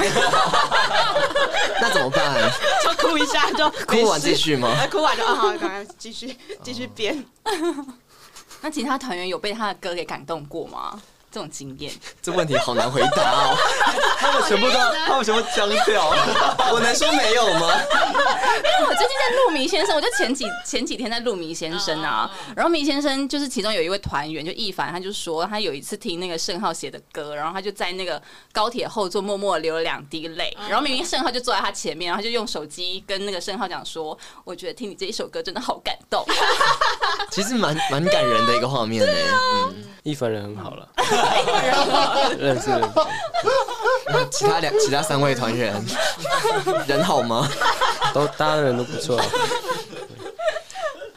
A: 那怎么办？
E: 就哭一下，就
A: 哭完继续吗？
E: 啊 哭完就啊好， 赶快继续继
C: 哦
E: 续编。
D: 那其他团员有被他的歌给感动过吗？这种经 验，
A: 这哎问题好难回答哦。他们全部都，他们全部僵掉。我能说没有吗？
D: 我最近在录迷先生，我就前几前几天在录迷先生啊，然后迷先生就是其中有一位团员就一凡，他就说他有一次听那个盛浩写的歌，然后他就在那个高铁后座默默地流了两滴泪，然后明明盛浩就坐在他前面，然后他就用手机跟那个盛浩讲说，我觉得听你这一首歌真的好感动，
A: 其实蛮蛮感人的一个画面呢、嗯，
I: 一凡人很好了，认识认识。
A: 其他两其他三位团员人好吗？
I: 都大家人都不错。啊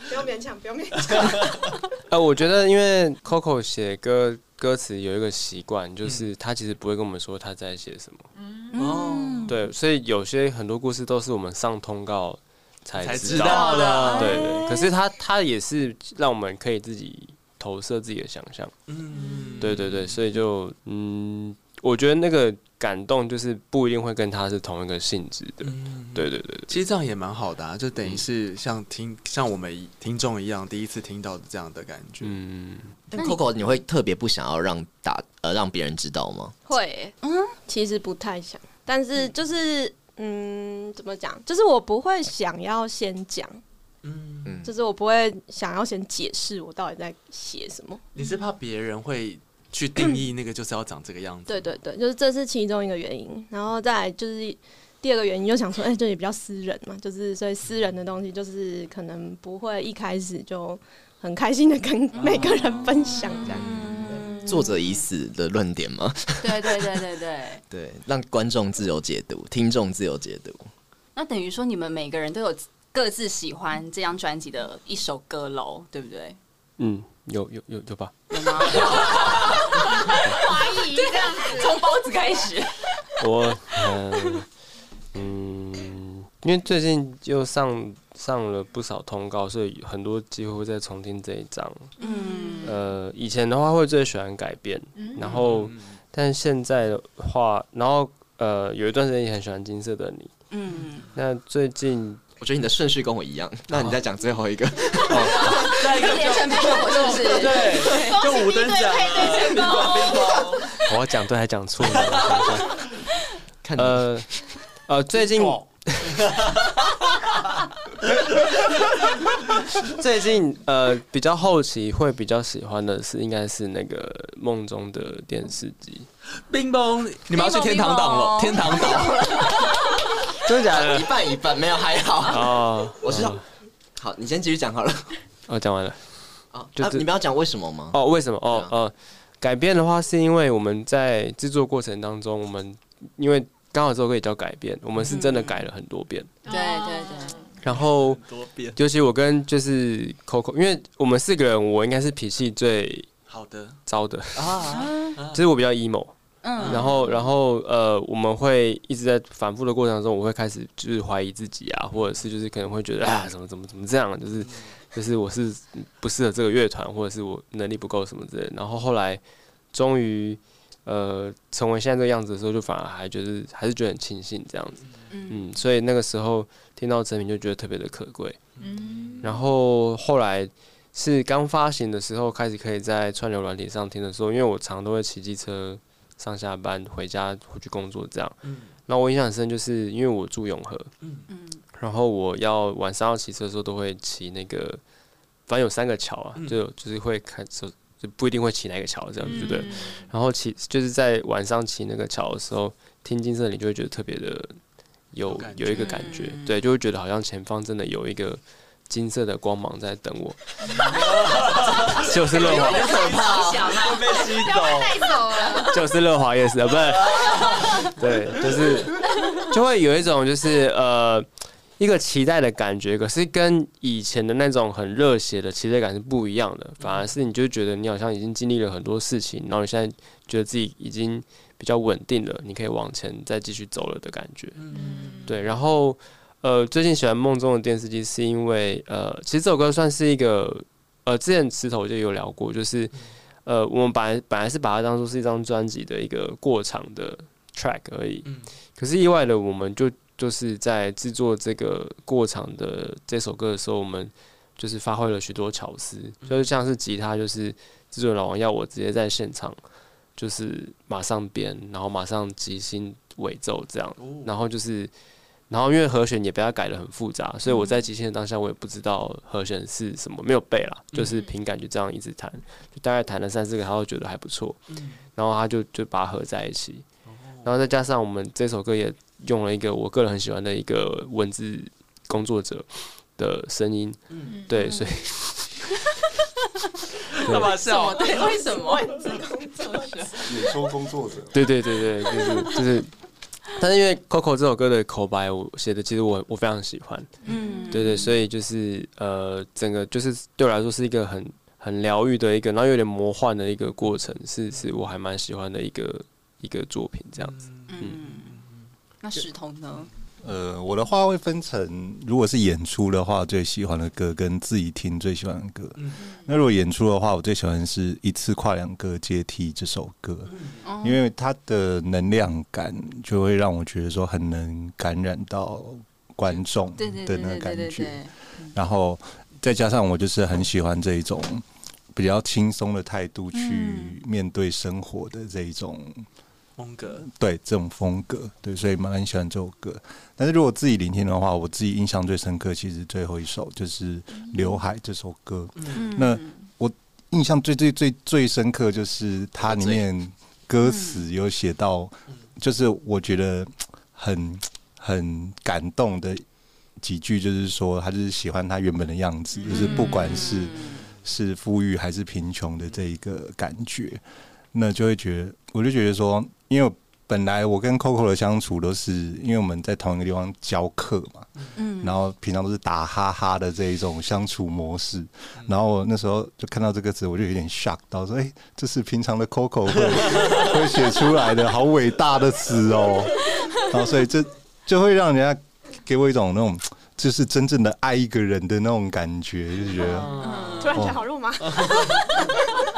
E: 不要勉强，不要勉强。
I: 呃，我觉得因为 Coco 写歌歌词有一个习惯，就是他其实不会跟我们说他在写什么。
C: 哦，
I: 对，所以有些很多故事都是我们上通告才
C: 才
I: 知
C: 知
I: 道。
C: 道了，
I: 对对，可是他他也是让我们可以自己投射自己的想象。
C: 嗯，
I: 对对对，所以就嗯，我觉得那个感动就是不一定会跟他是同一个性质的。对对对对，
C: 其实这样也蛮好的、啊，就等
I: 嗯
C: 于是像听像我们一听众一样，第一次听到这样的感觉。
I: 嗯，
A: 但 Coco，你会特别不想要让打呃让别人知道吗？
E: 会，嗯，其实不太想，但是就是，嗯，怎么讲？就是我不会想要先讲，
C: 嗯，
A: 嗯，
E: 就是我不会想要先解释我到底在写什么。
C: 你是怕别人会去定义那个就是要长这个样子？
E: 对对对，就是这是其中一个原因，然后再来就是第二个原因，就想说，哎、这也比较私人嘛，就是所以私人的东西，就是可能不会一开始就很开心的跟 嗯每个人分享这样。
A: 作者已死的论点吗？
D: 对对对对对，
A: 对，让观众自由解读，听众自由解读。
D: 那等于说你们每个人都有各自喜欢这张专辑的一首歌喽，对不对？
I: 嗯，有有有有吧？
D: 有 吗？
B: 怀疑这样子，
D: 从包子开始，
I: 我嗯 嗯，因为最近又上上了不少通告，所以很多机会会再重听这一张。
D: 嗯。
I: 呃，以前的话会最喜欢改变，然后但现在的话，然后呃有一段时间也很喜欢金色的你。
D: 嗯，
I: 那最近
A: 我觉得你的顺序跟我一样，那你再讲最后一 个。
D: 那个连成配我是不是？
C: 对，就五等奖
B: 啊
I: 我要讲对还讲错了我想一下，
A: 看你，
I: 呃呃，最近 最近呃比较后期会比较喜欢的是应该是那个梦中的电视机，
C: 冰崩，你们要去天堂岛了，天堂岛。
A: 真的假的？一半一半，没有还好。
I: 哦，
A: 我是好，你先继续讲好了。
I: 哦讲完了。
A: 啊，
I: 就
A: 啊
I: 这
A: 你不要讲为什么吗？
I: 哦，为什么？哦，
A: 对
I: 呃，改编的话是因为我们在制作过程当中，我们因为刚好这首歌也叫改编，我们是真的改了很多遍。
D: 对对对，
I: 然后，
C: 多变。
I: 尤其我跟就是 Coco，因为我们四个人，我应该是脾气最
C: 好的
I: 糟的，
C: 啊，
I: 就是我比较 emo。
D: 嗯
I: 然后，然后，呃，我们会一直在反复的过程当中，我会开始就是怀疑自己啊，或者是就是可能会觉得啊，怎么怎么怎么这样，就是就是我是不适合这个乐团，或者是我能力不够什么之类的。然后后来终于呃成为现在这个样子的时候，就反而还就是还是觉得很庆幸这样子。
D: 嗯
I: 嗯，所以那个时候听到成品就觉得特别的可贵。然后后来是刚发行的时候开始可以在串流软体上听的时候，因为我常都会骑机车上下班回家回去工作这样。
C: 嗯
I: 那我印象很深，就是因为我住永和，
D: 嗯
I: 然后我要晚上要骑车的时候都会骑那个，反正有三个桥啊，
C: 嗯
I: 就就是会看就就不一定会骑哪个桥这样子，对不对？
B: 嗯
I: 然后骑就是在晚上骑那个桥的时候，听金色你就会觉得特别的
C: 有
I: 有
C: 感
I: 有一个感觉，对，就会觉得好像前方真的有一个金色的光芒在等我，就是乐华，
D: 想啊，
C: 被吸走，
I: 就是乐华夜市啊，不是，对，就是就会有一种就是呃一个期待的感觉，可是跟以前的那种很热血的期待感是不一样的，反而是你就觉得你好像已经经历了很多事情，然后你现在觉得自己已经比较稳定了，你可以往前再继续走了的感觉。对，然后呃，最近喜欢《梦中的电视机》是因为呃，其实这首歌算是一个呃，之前石头就有聊过，就是呃，我们本来本来是把它当做是一张专辑的一个过场的 track 而已，
C: 嗯
I: 可是意外的，我们就就是在制作这个过场的这首歌的时候，我们就是发挥了许多巧思，就是像是吉他，就是制作人老王要我直接在现场。就是马上编，然后马上即兴尾奏这样，然后就是，然后因为和弦也被他改的很复杂，所以我在即兴的当下我也不知道和弦是什么，没有背啦，就是凭感觉这样一直弹，就大概弹了三四个，他都觉得还不错，然后他就就把它合在一起，然后再加上我们这首歌也用了一个我个人很喜欢的一个文字工作者的声音，对，所以
D: 怎
C: 干嘛
D: 么
C: 笑？
D: 对？为什么？
G: 演说工作者，
I: 对对对对，就是就是，但是因为 Coco 这首歌的口白我写的，其实我我非常喜欢，
D: 嗯，
I: 对对，所以就是呃，整个就是对我来说是一个很很疗愈的一个，然后有点魔幻的一个过程，是是我还蛮喜欢的一个一个作品这样子。
D: 嗯，那石头呢？
G: 呃，我的话会分成，如果是演出的话，最喜欢的歌跟自己听最喜欢的歌。
D: 嗯
G: 那如果演出的话，我最喜欢的是一次跨两个阶梯这首歌，
D: 嗯
G: 因为它的能量感就会让我觉得说很能感染到观众
D: 对对
G: 的
D: 对
G: 那个
D: 对
G: 感
D: 对对
G: 觉。
D: 对，
G: 然后再加上我就是很喜欢这一种比较轻松的态度
D: 嗯
G: 去面对生活的这一种
C: 风格，
G: 对这种风格，对，所以蛮喜欢这首歌。但是如果自己聆听的话，我自己印象最深刻，其实最后一首就是《刘海》这首歌，
D: 嗯
G: 那印象最最最最深刻就是它里面歌词有写到，就是我觉得嘖很很感动的几句，就是说他就是喜欢他原本的样子，就是不管是。是富裕还是贫穷的这一个感觉，那就会觉得，我就觉得说，因为本来我跟 Coco 的相处都是因为我们在同一个地方教课嘛，
D: 嗯
G: 然后平常都是打哈哈的这一种相处模式，然后我那时候就看到这个词，我就有点 shock 到说，哎、这是平常的 Coco 会会写出来的，好伟大的词哦，然后所以这就会让人家给我一种那种。就是真正的爱一个人的那种感觉，就是觉得
E: 突然觉得好肉麻。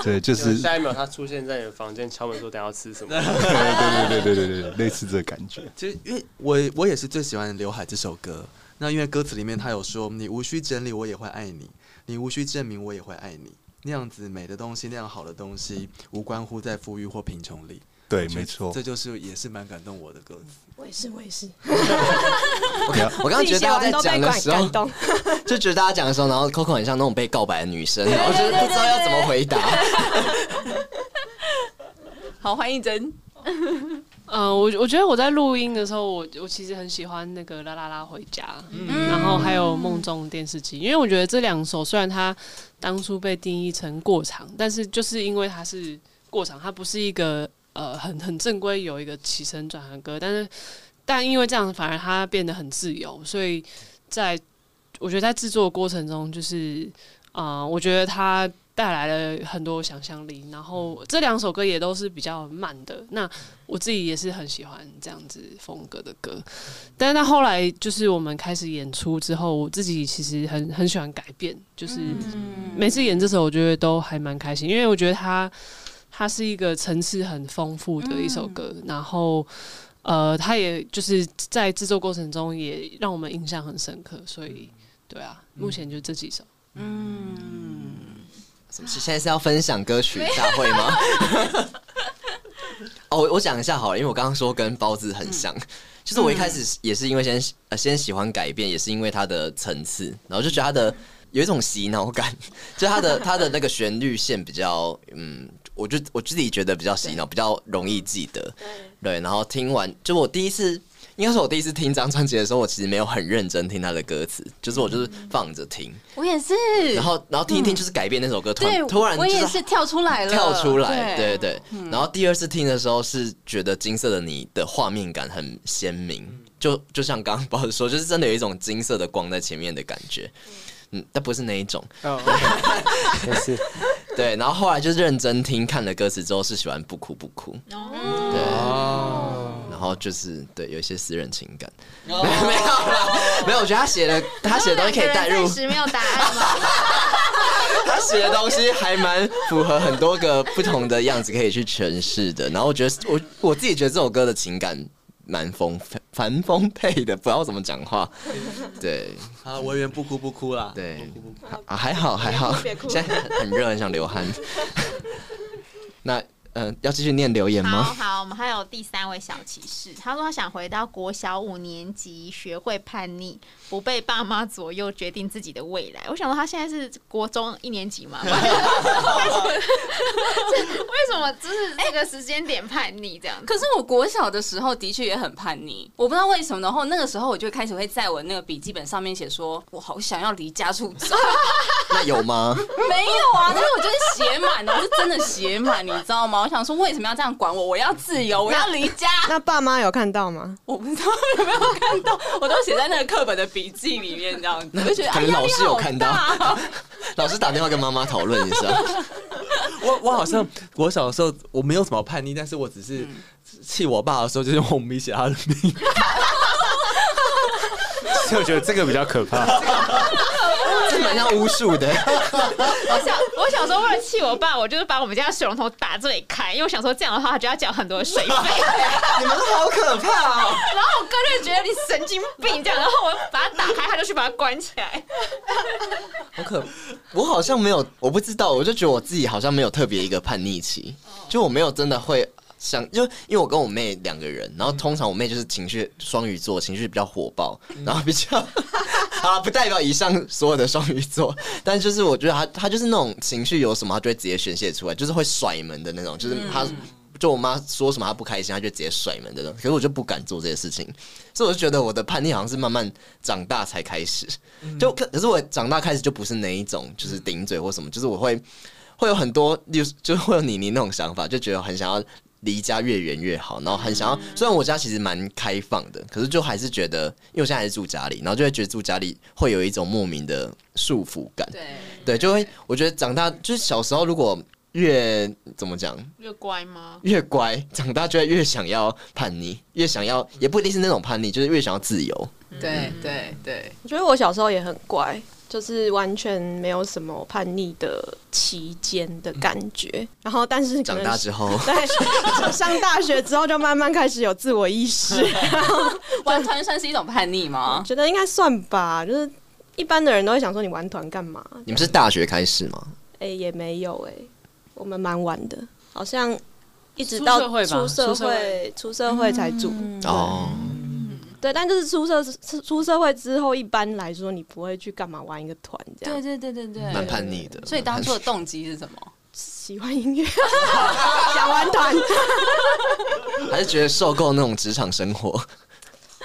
G: 对，就是
I: 下一秒他出现在你的房间敲门说等下要吃什么，
G: 对对对对对对，类似这个感觉。
C: 其实因为我我也是最喜欢《刘海》这首歌。那因为歌词里面他有说：“你无需整理，我也会爱你；你无需证明，我也会爱你。”那样子美的东西，那样好的东西，无关乎在富裕或贫穷里。
G: 对，
C: 我觉得
G: 没错
C: 这。就是也是蛮感动我的歌词。
E: 我也是，我也是。
A: 我刚刚觉得大家在讲的时候
E: 感，动。
A: 就觉得大家讲的时候，然后 Coco 很像那种被告白的女生，然后就是不知道要怎么回答。
D: 好，欢迎真，
F: 呃，我我觉得我在录音的时候，我我其实很喜欢那个《啦啦啦回家》，
D: 嗯
F: 然后还有《梦中电视机》，因为我觉得这两首虽然它当初被定义成过场，但是就是因为它是过场，它不是一个呃很很正规有一个起承转合的歌，但是但因为这样，反而它变得很自由，所以在我觉得在制作的过程中，就是啊、呃我觉得它。带来了很多想象力，然后这两首歌也都是比较慢的。那我自己也是很喜欢这样子风格的歌，但是到后来就是我们开始演出之后，我自己其实很很
D: 嗯
F: 喜欢改变，就是每次演这首，我觉得都还蛮开心，因为我觉得它它是一个层次很丰富的一首歌，然后呃，它也就是在制作过程中也让我们印象很深刻，所以对啊，目前就这几首。
A: 什么事？现在是要分享歌曲大会吗？ 哦，我我讲一下好了，因为我刚刚说跟包子很像，就是我一开始也是因为先呃先喜欢改变，也是因为它的层次，然后就觉得它的有一种洗脑感， 就是它的它的那个旋律线比较嗯，我就我自己觉得比较洗脑，比较容易记得。对，然后听完就我第一次。应该是我第一次听张专辑的时候，我其实没有很认真听他的歌词，就是我就是放着听，
D: 我也嗯是。
A: 然后然后听一听就是改变那首歌，突
D: 对，
A: 然突然
D: 我
A: 就
D: 也
A: 是
D: 是跳出来了，嗯
A: 跳出来，对对对。然后第二次听的时候是觉得金色的你的画面感很鲜明，就就像刚刚包子说，就是真的有一种金色的光在前面的感觉。嗯，但不是那一种，
I: 哦， 也是
A: 对。然后后来就认真听看了歌词之后，是喜欢不哭不哭，
B: 哦，
A: 对。
C: 啊
I: 哦，
A: 然后就是对，有一些私人情感， 没有啦，没有。我觉得他写的，他写的东西可以带入，
B: 暂时没有答案吗？
A: 他写的东西还蛮符合很多个不同的样子可以去诠释的。然后我觉得我我自己觉得这首歌的情感蛮丰沛蛮丰沛的，不知道怎么讲话。对
C: 啊，文员不哭不哭啦，
A: 对
C: 不哭不哭。
A: 啊，还好还好，现在很很热，很想流汗。 那呃，要继续念留言
B: 好
A: 吗？
B: 好，我们还有第三位小骑士，他说他想回到国小五年级，学会叛逆，不被爸妈左右，决定自己的未来。我想说他现在是国中一年级嘛，为什么就是这个时间点叛逆这样子？
D: 可是我国小的时候的确也很叛逆，我不知道为什么。然后那个时候我就开始会在我那个笔记本上面写说，我好想要离家出走。
A: 那有吗？
D: 没有啊，但是我就是写满了，我是真的写满，你知道吗？我想说为什么要这样管我？我要自由，我要离家。
E: 那爸妈有看到吗？
D: 我不知道有没有看到，我都写在那个课本的笔记里面，这样子。我就觉得
A: 可能
D: 哎压力
A: 老师有
D: 好
A: 看到
D: 大哦
A: 老师打电话跟妈妈讨论一下。
C: 我我好像我小的时候我没有什么叛逆，但是我只是气我爸的时候就用红笔写他的名，
I: 所以我觉得这个比较可怕。
A: 这蛮像巫术 的，
B: 我小我小时候为了气我爸，我就是把我们家的水龙头打最开，因为我想说这样的话他就要缴很多水费。
A: 你们好可怕哦！
B: 然后我哥就觉得你神经病这样，然后我把它打开，他就去把它关起 来。
A: 我可，我好像没有，我不知道，我就觉得我自己好像没有特别一个叛逆期，就我没有真的会想，就因为我跟我妹两个人，然后通常我妹就是情绪双鱼座，情绪比较火爆，然后比较。 啊，不代表以上所有的双鱼座，但就是我觉得她她就是那种情绪有什么，她就会直接宣泄出来，就是会甩门的那种，就是她就我妈说什么她不开心，她就直接甩门的那种。可是我就不敢做这些事情，所以我就觉得我的叛逆好像是慢慢长大才开始。就可可是我长大开始就不是那一种，就是顶嘴或什么，就是我会会有很多，就是就是会有你你那种想法，就觉得很想要离家越远越好，然后很想要。虽然我家其实蛮开放的，可是就还是觉得，因为我现在还是住家里，然后就会觉得住家里会有一种莫名的束缚感。
D: 对，
A: 对，就会我觉得长大就是小时候如果越怎么讲，
B: 越乖吗？
A: 越乖，长大就会越想要叛逆，越想要也不一定是那种叛逆，就是越想要自由。
D: 对对对，
E: 我觉得我小时候也很乖，就是完全没有什么叛逆的期间的感觉。然后，但是可
A: 长
E: 能，
A: 大之后
E: 对 上大学之后，就慢慢开始有自我 意识，然后
D: 玩团算是一种叛逆吗？
E: 觉得应该算吧。就是一般的人都会想说，你玩团干嘛？
A: 你们是大学开始吗？
E: 哎、也没有哎、我们蛮晚的，好像一直
F: 出
E: 到
F: 社会吧
E: 出社
F: 出社嗯
E: 会出社会才住。对
A: 哦。
E: 对，但就是出社出出社会之后，一般来说你不会去干嘛玩一个团这样。
D: 对对对对
A: 蛮叛逆的。
D: 所以当初的动机是什么？
E: 喜欢音乐， 想玩团。
A: 还是觉得受够那种职场生活，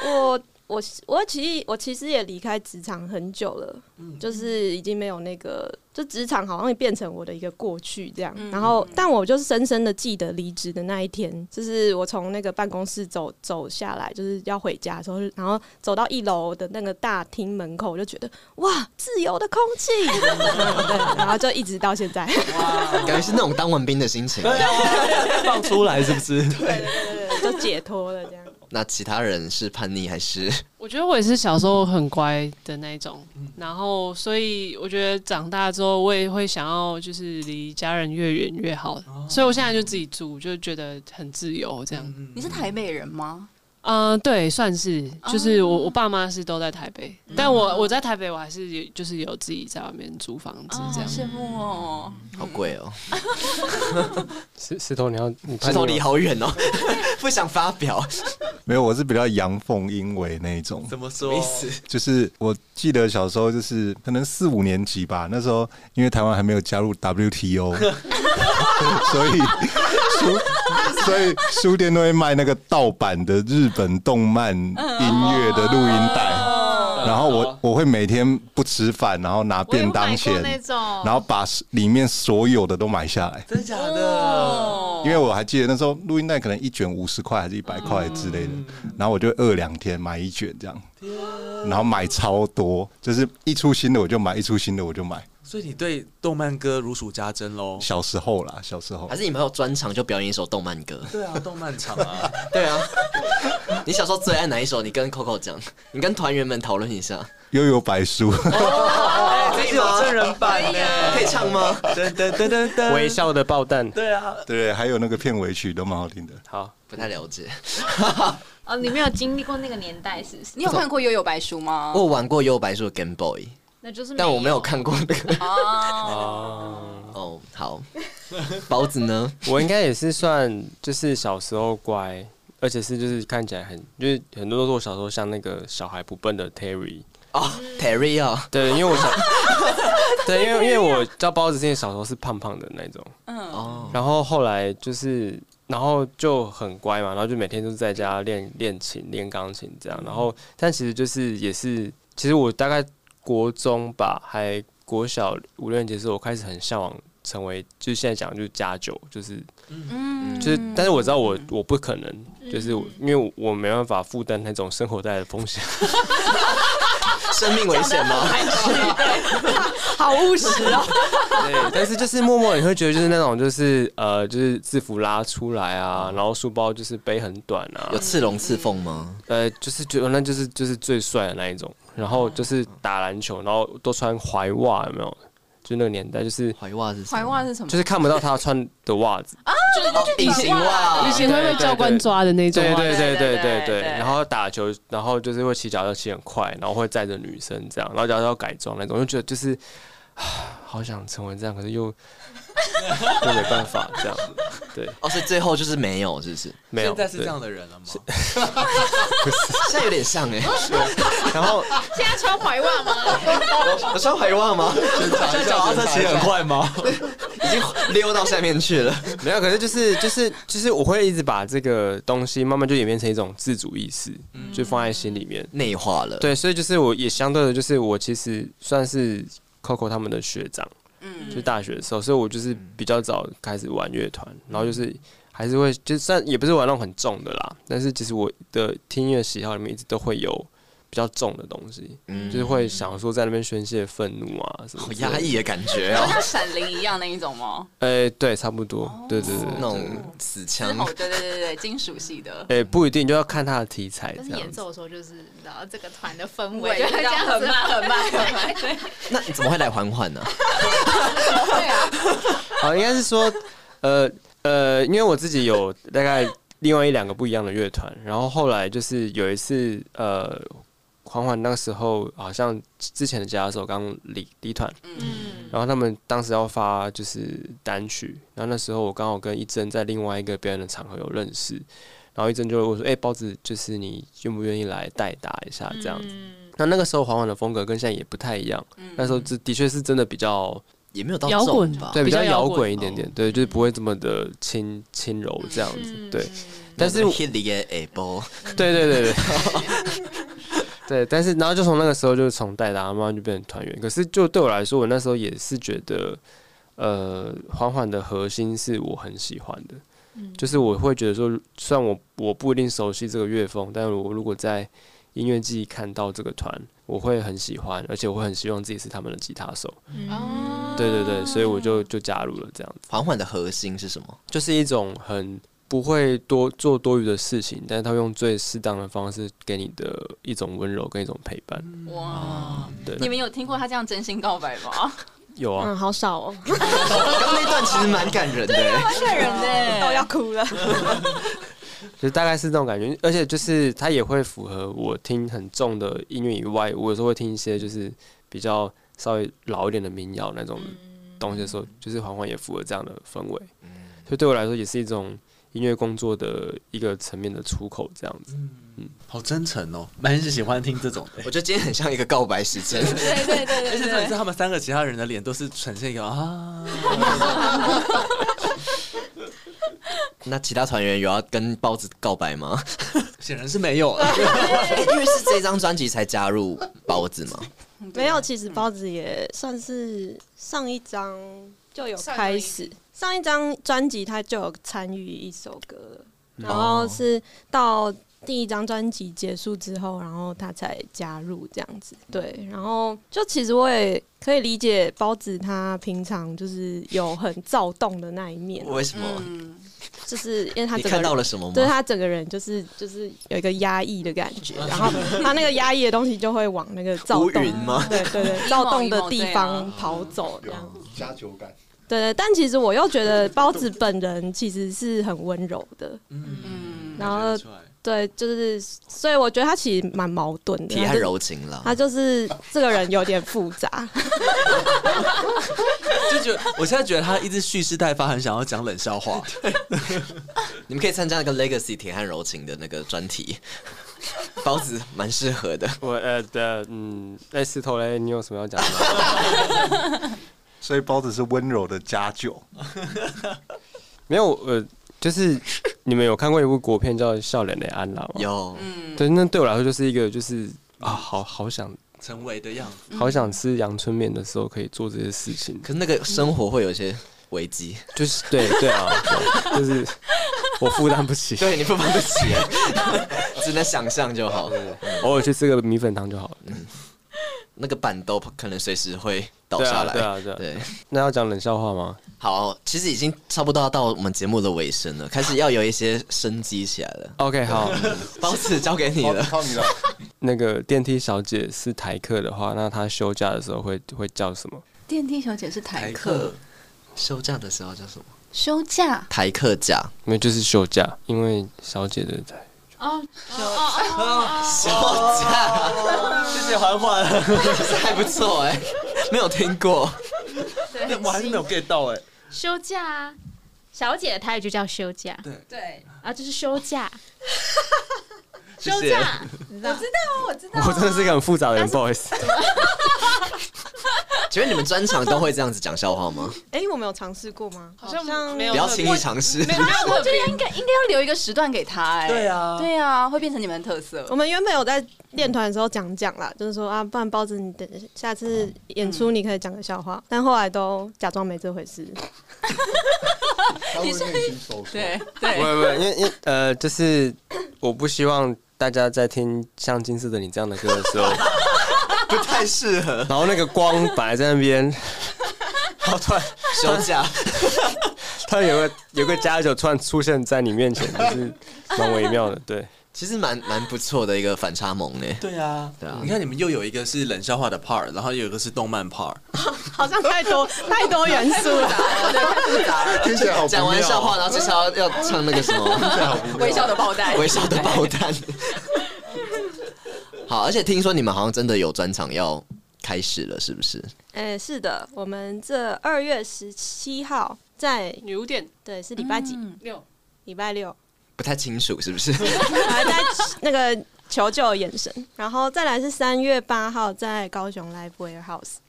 D: 哦
E: 我我我其实我其实也离开职场很久了，就是已经没有那个，就职场好像也变成我的一个过去这样。然后，但我就是深深的记得离职的那一天，就是我从那个办公室走走下来，就是要回家的时候，然后走到一楼的那个大厅门口，我就觉得哇，自由的空气，对然后就一直到现在。
A: 感觉是那
C: 啊
A: 种当完兵的心情。
C: 放出来是不是？对，
E: 就解脱了这样。
A: 那其他人是叛逆还是？
D: 嗯
F: 我觉得我也是小时候很乖的那一种，然后所以我觉得长大之后，我也会想要就是离家人越远越好，所以我现在就自己住，就觉得很自由这样。嗯、
D: 你是台北人吗？
F: 对，算是，就是我我爸妈是都在台北，但我我在台北，我还是有就是有自己在外面租房子
D: 哦
F: 这样。
D: 羡慕哦。
A: 好贵哦，
I: 石石头，你要你
A: 石头离好远哦， 不想发表。
G: 没有，我是比较阳奉阴违那一种。
C: 怎么说？意思
G: 就是我记得小时候就是可能四五年级吧，那时候因为台湾还没有加入 WTO，所以书所以书店都会卖那个盗版的日本动漫音乐的录音带。
B: 哦
G: 然后我我会每天不吃饭，然后拿
B: 我有
G: 便当
B: 买
G: 钱
B: 过，那种，
G: 然后把里面所有的都买下来。
C: 真假的？
A: 哦
G: 因为我还记得那时候录音带可能一卷五十块还是一百块之类的，
A: 嗯
G: 然后我就饿两天买一卷这样，然后买超多，就是一出新的我就买，一出新的我就买。
C: 所以你对动漫歌如数家珍喽？
G: 小时候啦，小时候
A: 还是你们有专场就表演一首动漫歌？
C: 对啊，动漫场啊，
A: 对啊，你小时候最爱哪一首？你跟 Coco 讲，你跟团员们讨论一下。
G: 悠悠白书，
A: 可
C: 这
A: 以
C: 是有
A: 吗？
C: 真人版呢，
A: 可以唱吗？
C: 噔噔噔噔噔，
I: 微笑的爆弹。
C: 对啊，
G: 对，还有那个片尾曲都蛮好听的。
I: 好，
A: 不太了解。
B: 哦，你没有经历过那个年代，是不是？
D: 你有看过《悠悠白书》吗
A: 我？有玩过《幽游白书》的 Game Boy，
B: 那就是，
A: 但我没有。看过那个。
D: 哦，
A: 哦，好，包子呢？
I: 我应该也是算就是小时候乖，而且是就是看起来很就是很多都说我小时候像那个小孩不笨的 Terry。
A: 哦，Terry 啊，
I: 对，因为我小，对，因为因为我叫包子之前小时候是胖胖的那种，
A: 哦，
I: 然后后来就是，然后就很乖嘛，然后就每天都在家练练琴、练钢琴这样。然后，但其实就是也是，其实我大概国中吧，还国小五六年级的时候，我开始很向往成为，就是现在讲的就是家酒，就是
D: 嗯
I: 就是，但是我知道我我不可能，就是我因为我我没办法负担那种生活带来的风险。
A: 生命危险吗？
E: 好务实哦。
I: 对，但是就是默默你会觉得就是那种就是呃就是制服拉出来啊，然后书包就是背很短啊，
A: 有刺龙刺凤吗？
I: 呃，就是觉得那就是就是最帅的那一种，然后就是打篮球，然后都穿踝袜，有没有？就那个年代，就是
A: 怀袜是什么
D: 怀袜是什么？
I: 就是看不到他穿的袜子，
A: 隐形袜
F: 以，前会被教官抓的那种
I: 对
F: 啊，
I: 对对对对
D: 对
I: 对，然后打球，然后就是会骑脚踏车骑很快，然后会载着女生这样，然后脚踏车要改装那种，就觉得就是啊好想成为这样，可是又又没办法这样，对，
A: 哦，所以最后就是没有，是不是？
I: 没有。
C: 现在是这
I: 对
C: 样的人了吗？
A: 现在有点像哎、
I: 然后
B: 现在穿怀袜 吗？
A: 有穿怀袜吗？
C: 现在脚踏车骑很快吗？
A: 已经溜到下面去了。
I: 没有，可是就是就是就是我会一直把这个东西慢慢就演变成一种自主意识，就放在心里面。
A: 内化了，
I: 对，所以就是我也相对的，就是我其实算是 Coco 他们的学长，嗯，就大学的时候，所以我就是
A: 嗯
I: 比较早开始玩乐团，然后就是还是会就算也不是玩那种很重的啦，但是其实我的听音乐喜好里面一直都会有比较重的东西，
A: 嗯
I: 就是会想说在那边宣泄愤怒啊什么，
A: 好压。抑的感觉哦、
D: 像闪灵一样那一种吗？
I: 哎、对，差不多，对对对
A: 那种死
D: 之
A: 腔
D: 后，哦对对对对，金属系的。
I: 哎、不一定，就要看他的题材
B: 但
I: 这
B: 是
I: 样
B: 演
I: 子。
B: 奏的时候，就是你知道这个团的氛
D: 我
B: 围 就是这样子，
D: 很慢很慢很慢，对
A: 那你怎么会来缓缓呢？
D: 对啊，
I: 好，应该是说，呃呃，因为我自己有大概另外一两个不一样的乐团，然后后来就是有一次，呃，缓缓那个时候好像之前的吉他手刚离离团，
D: 嗯，
I: 然后他们当时要发就是单曲，然后那时候我刚好跟一真在另外一个表演的场合有认识，然后一真就问我说：“哎、包子，就是你愿不愿意来代打一下这样子？”那那个时候缓缓的风格跟现在也不太一样，那时候这的确是真的比较
A: 也没有到
F: 摇滚
A: 重吧？
I: 对，
F: 比
I: 哦比
F: 较
I: 较
F: 摇
I: 摇
F: 滚
I: 滚哦一点点，对，就是不会这么的轻轻柔这样子，对。但是，
A: hit 里的 a b l
I: 对对对对，对，但是然后就从那个时候就是从代打，慢慢就变成团员。可是就对我来说，我那时候也是觉得，呃，缓缓的核心是我很喜欢的，就是我会觉得说，虽然我我不一定熟悉这个乐风，但我如果在音乐季看到这个团，我会很喜欢，而且我会很希望自己是他们的吉他手。
B: 哦，
I: 嗯对对对，所以我就就加入了这样子。
A: 缓缓的核心是什么？
I: 就是一种很不会多做多余的事情，但是他会用最适当的方式给你的一种温柔跟一种陪伴。
D: 哇，
I: 对，
D: 你们有听过他这样真心告白吗？
I: 有啊，
E: 嗯，好少哦，
A: 刚刚那段其实蛮感人的、欸，
D: 吓人
H: 我
D: 的，
H: 要哭了。
I: 就大概是这种感觉，而且就是它也会符合我听很重的音乐以外，我有时候会听一些就是比较稍微老一点的民谣那种东西的时
D: 嗯
I: 候，就是环环也符合这样的氛围，所以对我来说也是一种音乐工作的一个层面的出口，这样子。
C: 好真诚哦，蛮是喜欢听这种的。
A: 我觉得今天很像一个告白时间。
D: 对对对对
C: 而且重点是
D: 对，
C: 他们三个其他人的脸都是呈现一个啊，
A: 那其他团员有要跟包子告白吗？
C: 显然是没有了。
A: 欸因为是这张专辑才加入包子嘛。
E: 没
A: 啊
E: 有。其实
A: 嗯
E: 包子也算是上一张就有开始，上一张专辑他就有参与一首歌了，
A: 嗯
E: 然
A: 哦
E: 后是到第一张专辑结束之后，然后他才加入这样子。对，然后就其实我也可以理解包子他平常就是有很躁动的那一面，
A: 为什么？
D: 嗯，
E: 就是因为他
A: 你
E: 整
A: 看
E: 个
A: 到
E: 人。
A: 了什么
E: 就是
A: 吗？
E: 他整个人就是就是有一个压抑的感 觉，然后他那个压抑的东西就会往那个躁
A: 乌
E: 动
A: 云吗？
E: 对对 对，躁动的地方跑走这样。
G: 加酒感。
E: 对对，但其实我又觉得包子本人其实是很温柔的，
C: 嗯
E: 然后对，就是所以我觉得他其实蛮矛盾的，
A: 铁
E: 他
A: 汉
E: 就
A: 柔情啦。
E: 他就是这个人有点复 杂，
C: 就觉得我现在觉得他一直蓄势待发，很想要讲冷笑话。
A: 你们可以参加那个 Legacy 铁汉柔情的那个专 题，包子蛮适合的。
I: 我呃的嗯，哎石头嘞，你有什么要讲的吗？
G: 所以包子是温柔的加酒，
I: 没有，呃， 就是你们有看过一部国片叫《笑脸的安娜》吗？。
A: 有，
I: 对，那对我来说就是一个就是啊，好好想
C: 成为的样子，
I: 好想吃阳春面的时候可以做这些 事情，
A: 可是那个生活会有一些危机。
I: 就是对对啊，对就是我负担不起，
A: 对，你不帮得起，只能想象就好。
I: 偶尔去吃个米粉汤就好了。
A: 那个板豆可能随时会倒
I: 对
A: 下
I: 啊，
A: 来。
I: 对啊，对啊。
A: 对，
I: 那要讲冷笑话吗？
A: 好，其实已经差不多要到我们节目的尾声了，开始要有一些生机起来了。
I: OK，好，
A: 包子交给你了。
G: 靠 你了。
I: 那个电梯小姐是台客的话，那她休假的时候会会叫什么？
D: 电梯小姐是台客，
A: 休假的时候叫什么？
D: 休假
A: 台客假。
I: 没有，就是休假，因为小姐的台。
B: 哦哦哦，
A: 休假，
C: 谢谢环环，
A: 其实还不错哎、没有听过。
C: 但我还是没有 get
A: 欸
C: 到哎。
B: 休假啊，小姐的台语就叫休假
D: 对，
B: 啊，就是休 假，
A: 谢
B: 休
A: 谢。
B: 假，你知道？
I: 我真的是一个很复杂的人，不好意思。
A: 请问你们专场都会这样子讲笑话吗？
E: 哎，我们有尝试过吗？
F: 好像没有
A: 不要轻易尝试。
F: 没有没有
D: 我觉
F: 特
D: 得
F: 别
D: 应该应该要留一个时段给他，哎，
C: 对啊
D: 对啊，会变成你们的特色
E: 我。们原本有在练团的时候讲讲啦，就是说啊，不然包子你等下次演出你可以讲个笑话，但后来都假装没这回事。
G: 他会内心收缩
D: 对
I: 不
D: 对，
I: 不，因为因为呃，就是我不希望大家在听像金色的你这样的歌的时 候，
A: 不太适合
I: 然后那个光摆在那边，然后突然
A: 休假，
I: 突然有个有个加酒突然出现在你面前，就是蛮微妙的。对，
A: 其实蛮蛮不错的一个反差萌呢。
C: 对啊，
A: 对啊
C: 你看你们又有一个是冷笑话的 part，然后又有一个是动漫 part，
E: 好像太多太多元素了，
G: 听起来好不妙哦
A: 讲完笑话，然后接下来要要唱那个什么
D: 微笑的爆带，
A: 微笑的爆弹。好，而且听说你们好像真的有专场要开始了，是不是？
E: 哎，是的，我们这二月十七号在
F: 女巫店
E: 对是礼拜几？
D: 嗯
F: 六，
E: 礼拜六，
A: 不太清楚，是不是？
E: 我还在那个求救的眼神。然后再来是三月八号在高雄 Live Warehouse，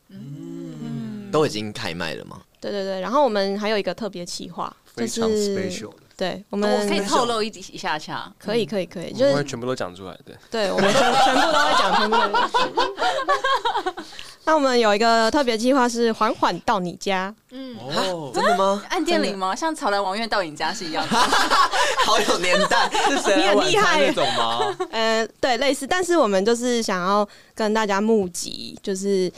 A: 都已经开卖了吗？
E: 对对对。然后我们还有一个特别企划，就
G: 非常
E: 是
G: special 的。
E: 对我
D: 我可以
E: 们
D: 透露一几一下下，
E: 可以可以可以，就
I: 我会
E: 是
I: 全部都讲出来的。
E: 对我们全全部都会讲，全部都会讲。那我们有一个特别计划是缓缓到你家，
B: 嗯，
C: 哦，
A: 真的吗？
D: 按电铃吗？像草兰王院到你家是一样 的。
A: 好有年 代，
C: 是谁来
E: 你
C: 晚
E: 很厉
C: 餐
E: 害
C: 那种吗？
E: 呃，对，类似，但是我们就是想要跟大家募集，就是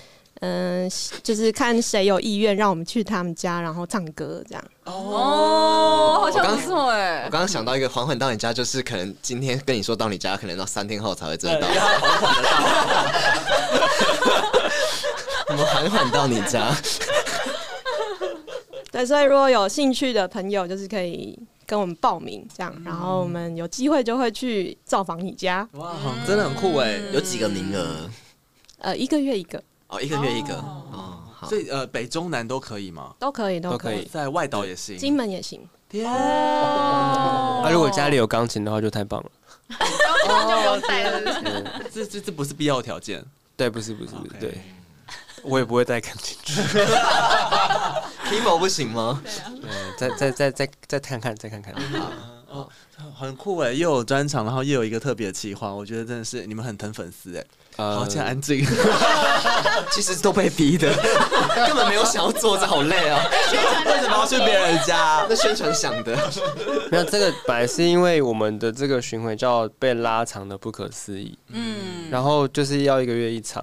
E: 嗯、就是看谁有意愿让我们去他们家，然后唱歌这样。
D: 哦，好像
A: 刚
D: 不错哎
A: 我，刚刚想到一个缓缓到你家，就是可能今天跟你说到你家，可能到三天后才会真的到。 我们缓缓到你 家，
E: 对，所以如果有兴趣的朋友，就是可以跟我们报名这样，
C: 嗯
E: 然后我们有机会就会去造访你家，
C: 哇，
A: 嗯
C: 真的很酷哎。
A: 欸有几个名额？
E: 呃，一个月一个
A: 哦，一个月一个。哦，好
C: 所。以呃，北中南都可以吗？
E: 都可以，都
I: 都
E: 可
I: 可
E: 以，
I: 以。
C: 在外岛也行。
E: 金门也行。
C: 天，
E: 嗯
D: 哦
I: 那、啊如果家里有钢琴的话，就太棒了。
H: 就不用带了。
C: 这这这不是必要条件。
I: 对，不是不是不是
C: OK
I: 对，我也不会带钢琴去。
A: Kimo 不行吗？
I: 嗯，再再再再再看看，再看看。
C: 很酷哎，又有专场，然后又有一个特别的企划，我觉得真的是你们很疼粉丝哎。
I: 呃
C: 好，现在安 静。
A: 其实都被逼 的，根本没有想要做，这好累啊！
C: 为什么要去别人家？
A: 那宣传想的，
I: 没有这个本来是因为我们的这个巡回叫被拉长的不可思议，
D: 嗯，
I: 然后就是要一个月一场，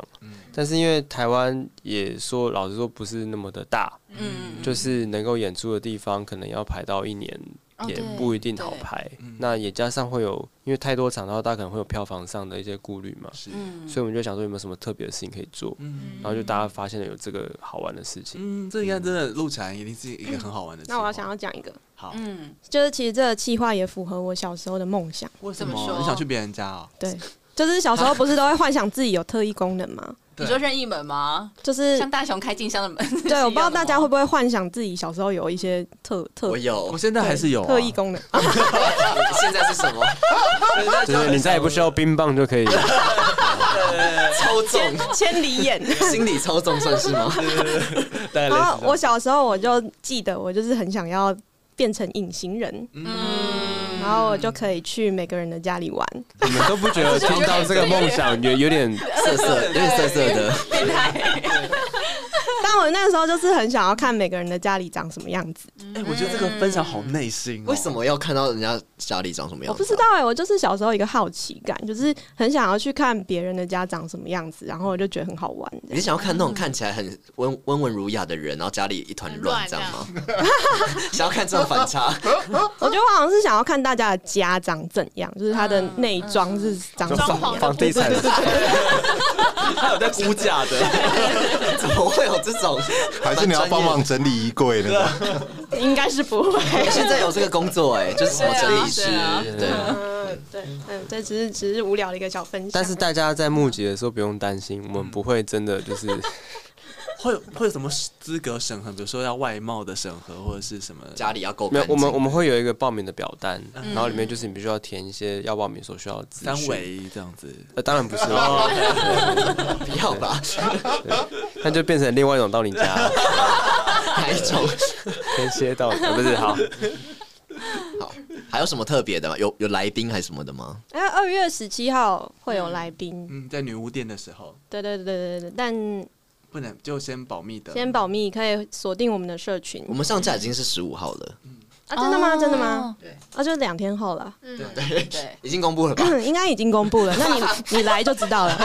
I: 但是因为台湾也说老实说不是那么的大，
D: 嗯
I: 就是能够演出的地方可能要排到一年。
D: 哦
I: 也
D: 对
I: 不一定好
D: 对
I: 排，那也加上会有，因为太多场的话，大家可能会有票房上的一些顾虑嘛，
D: 嗯
I: 所以我们就想说有没有什么特别的事情可以做，然后就大家发现了有这个好玩的事 情，
C: 嗯，这应该真的录起来一定是一个很好玩的计划。
E: 那我要想要讲一个，
C: 好，
D: 嗯，
E: 就是其实这个计划也符合我小时候的梦想。
C: 为什么
D: 怎么说
C: 你想去别人家哦？
E: 对，就是小时候不是都会幻想自己有特异功能 吗？
D: 你说任意门吗？
E: 就是
D: 像大雄开静香的门，
E: 对，我不知道大家会
D: 会
E: 不会幻想自己小时候有一些特特
A: 我有
C: 我。现在还是有啊
E: 特异 功能，
A: 现在是什么？
I: 就是你再也不需要冰棒就可以
A: 操纵，
E: 千里眼。
A: 心理操纵算是吗？
C: 带
E: 然后我小时候我就记得，我就是很想要变成隐形人，
D: 嗯
E: 然后我就可以去每个人的家里 玩。
I: 你们都不觉得听到这个梦想有有 点
A: 涩涩，有点涩涩的。
D: 变态，
E: 但我那个时候就是很想要看每个人的家里长什么样子。
C: 哎，我觉得这个分享好内心 哦。
A: 为什么要看到人家家里长什么样
E: 我
A: 子啊？
E: 不知道哎、我就是小时候一个好奇感，就是很想要去看别人的家长什么样子，然后我就觉得很好玩。这
A: 你
E: 样
A: 想要看那种看起来很温温文儒雅的人，然后家里一团乱，这样吗？想要看这种反差，
E: 我觉得我好像是想要看大家的家长怎样，就是他的内装是长什么样。
I: 房地产？
C: 他有在估价的？
A: 怎么会有这种？
G: 还是你要帮忙整理衣柜那
A: 啊
G: 个？
E: 应该是不会。
A: 蛮专业的？现在有这个工作哎，就是什么整理师
D: 对啊，
A: 对，
E: 嗯，对，嗯，这只是只是无聊的一个小分享。
I: 但是大家在募集的时候不用担心，我们不会真的就是
C: 会有会有什么资格审核？比如说要外貌的审核，或者是什么？
A: 家里要够
I: 没
A: 干净。
I: 有，我们我们会有一个报名的表单，然后里面就是你必须要填一些要报名所需要的资
C: 三
I: 讯。
C: 维这样子，
I: 呃，当然不是，
A: 不要 吧，
I: 那就变成另外一种到你家
A: 哪一种？
I: 填写到你，呃不是好。
A: 好，还有什么特别的吗？有有来宾还是什么的吗？
E: 哎，二月十七号会有来宾，
C: 嗯，在女巫店的时候
E: 对对对对对对，但
C: 不能就先保密的，
E: 先保密，可以锁定我们的社群
I: 嗯
A: 我。们上架已经是十五号了，
D: 哦
E: 啊，真的
I: 哦
E: 吗？真的吗？啊，就两天后了，
D: 对，
A: 已经公布了吧？
E: 应该已经公布了。那 你你来就知道了。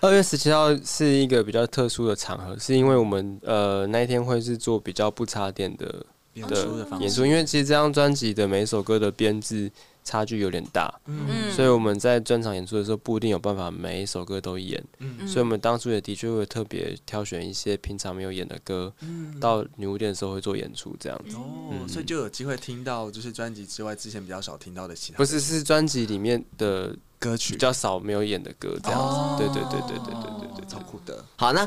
I: 二月十七号是一个比较特殊的场合，是因为我们呃那一天会是做比较不插电的
C: 演出的
I: 的
C: 方
I: 演
C: 式。
I: 出，因为其实这张专辑的每一首歌的编制差距有点大，
D: 嗯，
I: 所以我们在专场演出的时候不一定有办法每一首歌都演，
C: 嗯
I: 所以我们当初也的确会特别挑选一些平常没有演的歌，
C: 嗯
I: 到女巫店的时候会做演出这样
E: 嗯
I: 子。
C: 哦，所以就有机会听到，就是专辑之外之前比较少听到的其他
I: 不是，是专辑里面的
C: 歌
I: 比
C: 曲，
I: 较少没有演的歌这样子。对对对对对对对对
C: 超酷的。
A: 好，那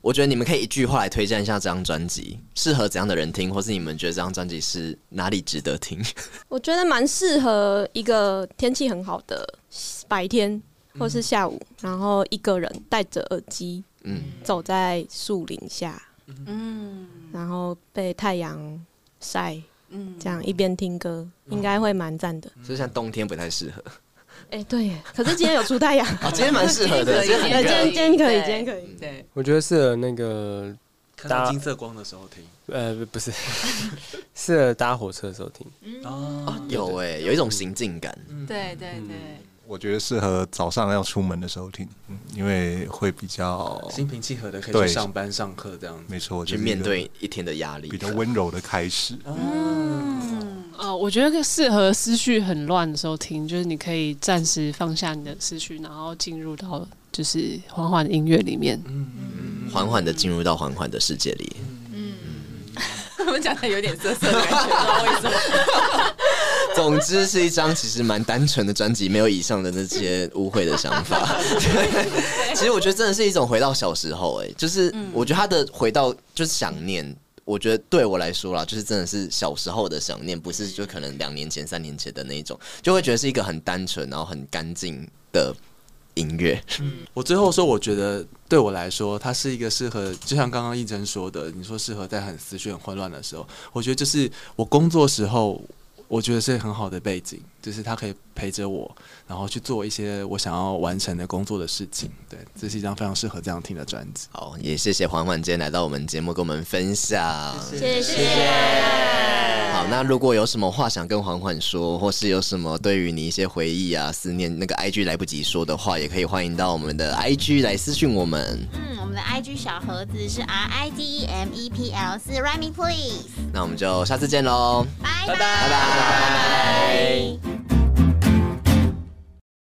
A: 我觉得你们可以一句话来推荐一下这张专辑，适合怎样的人听，或是你们觉得这张专辑是哪里值得 听？
E: 我觉得蛮适合一个天气很好的白天或是下午，然后一个人戴着耳机
A: 嗯，
E: 走在树林下，
D: 嗯
E: 然后被太阳晒，
D: 嗯
E: 这样一边听歌，应该会蛮赞的。
A: 就像冬天不太适合，
E: 哎、对耶，可是今天有出太阳，
A: 啊，今天蛮适合 的，
D: 今天可以
A: 今天
E: 对，今
A: 很热
E: 天今天可
D: 对
E: 以，今天可以。
D: 对，
I: 我觉得适合那个
C: 看到金色光的时候听，
I: 呃不是 适合搭火车的时候听。
C: 哦，
E: 嗯
A: 有哎、有一种行进感，
D: 对对对，
G: 我觉得适合早上要出门的时候听，嗯因为会比较
C: 心平气和的可以
G: 哦对
C: 去上班上课这样子。
G: 没错，
A: 去
G: 就是一
A: 面
G: 个
A: 对一天的压力，
G: 比较温柔的开始。
F: 呃，我觉得适合思绪很乱的时候听，就是你可以暂时放下你的思绪，然后进入到就是缓缓的音乐里面。
A: 缓缓的进入到缓缓的世界里。
D: 我们讲的有点涩涩的感觉，不知道为什么。
A: 总之是一张其实蛮单纯的专辑，没有以上的那些污秽的想法。对，其实我觉得真的是一种回到小时候、哎，就是我觉得他的回到就是想念。我觉得对我来说啦，就是真的是小时候的想念，不是就可能两年前、三年前的那一种，就会觉得是一个很单纯，然后很干净的音乐。
C: 我最后说，我觉得对我来说，它是一个适合，就像刚刚一真说的，你说适合在很思绪很混乱的时候，我觉得就是我工作时候，我觉得是很好的背景，就是它可以陪着我，然后去做一些我想要完成的工作的事情。对，这是一张非常适合这样听的专辑。
A: 好，也谢谢缓缓今天来到我们节目，跟我们分享。
E: 谢谢。
A: 好，那如果有什么话想跟缓缓说，或是有什么对于你一些回忆啊、思念，那个 IG 来不及说的话，也可以欢迎到我们的 IG 来私讯我们。
B: 嗯，我们的 IG 小盒子是 R I D E M E P L 四 r i m e Please，
A: 那我们就下次见喽，
B: 拜
A: 拜拜。
B: 拜。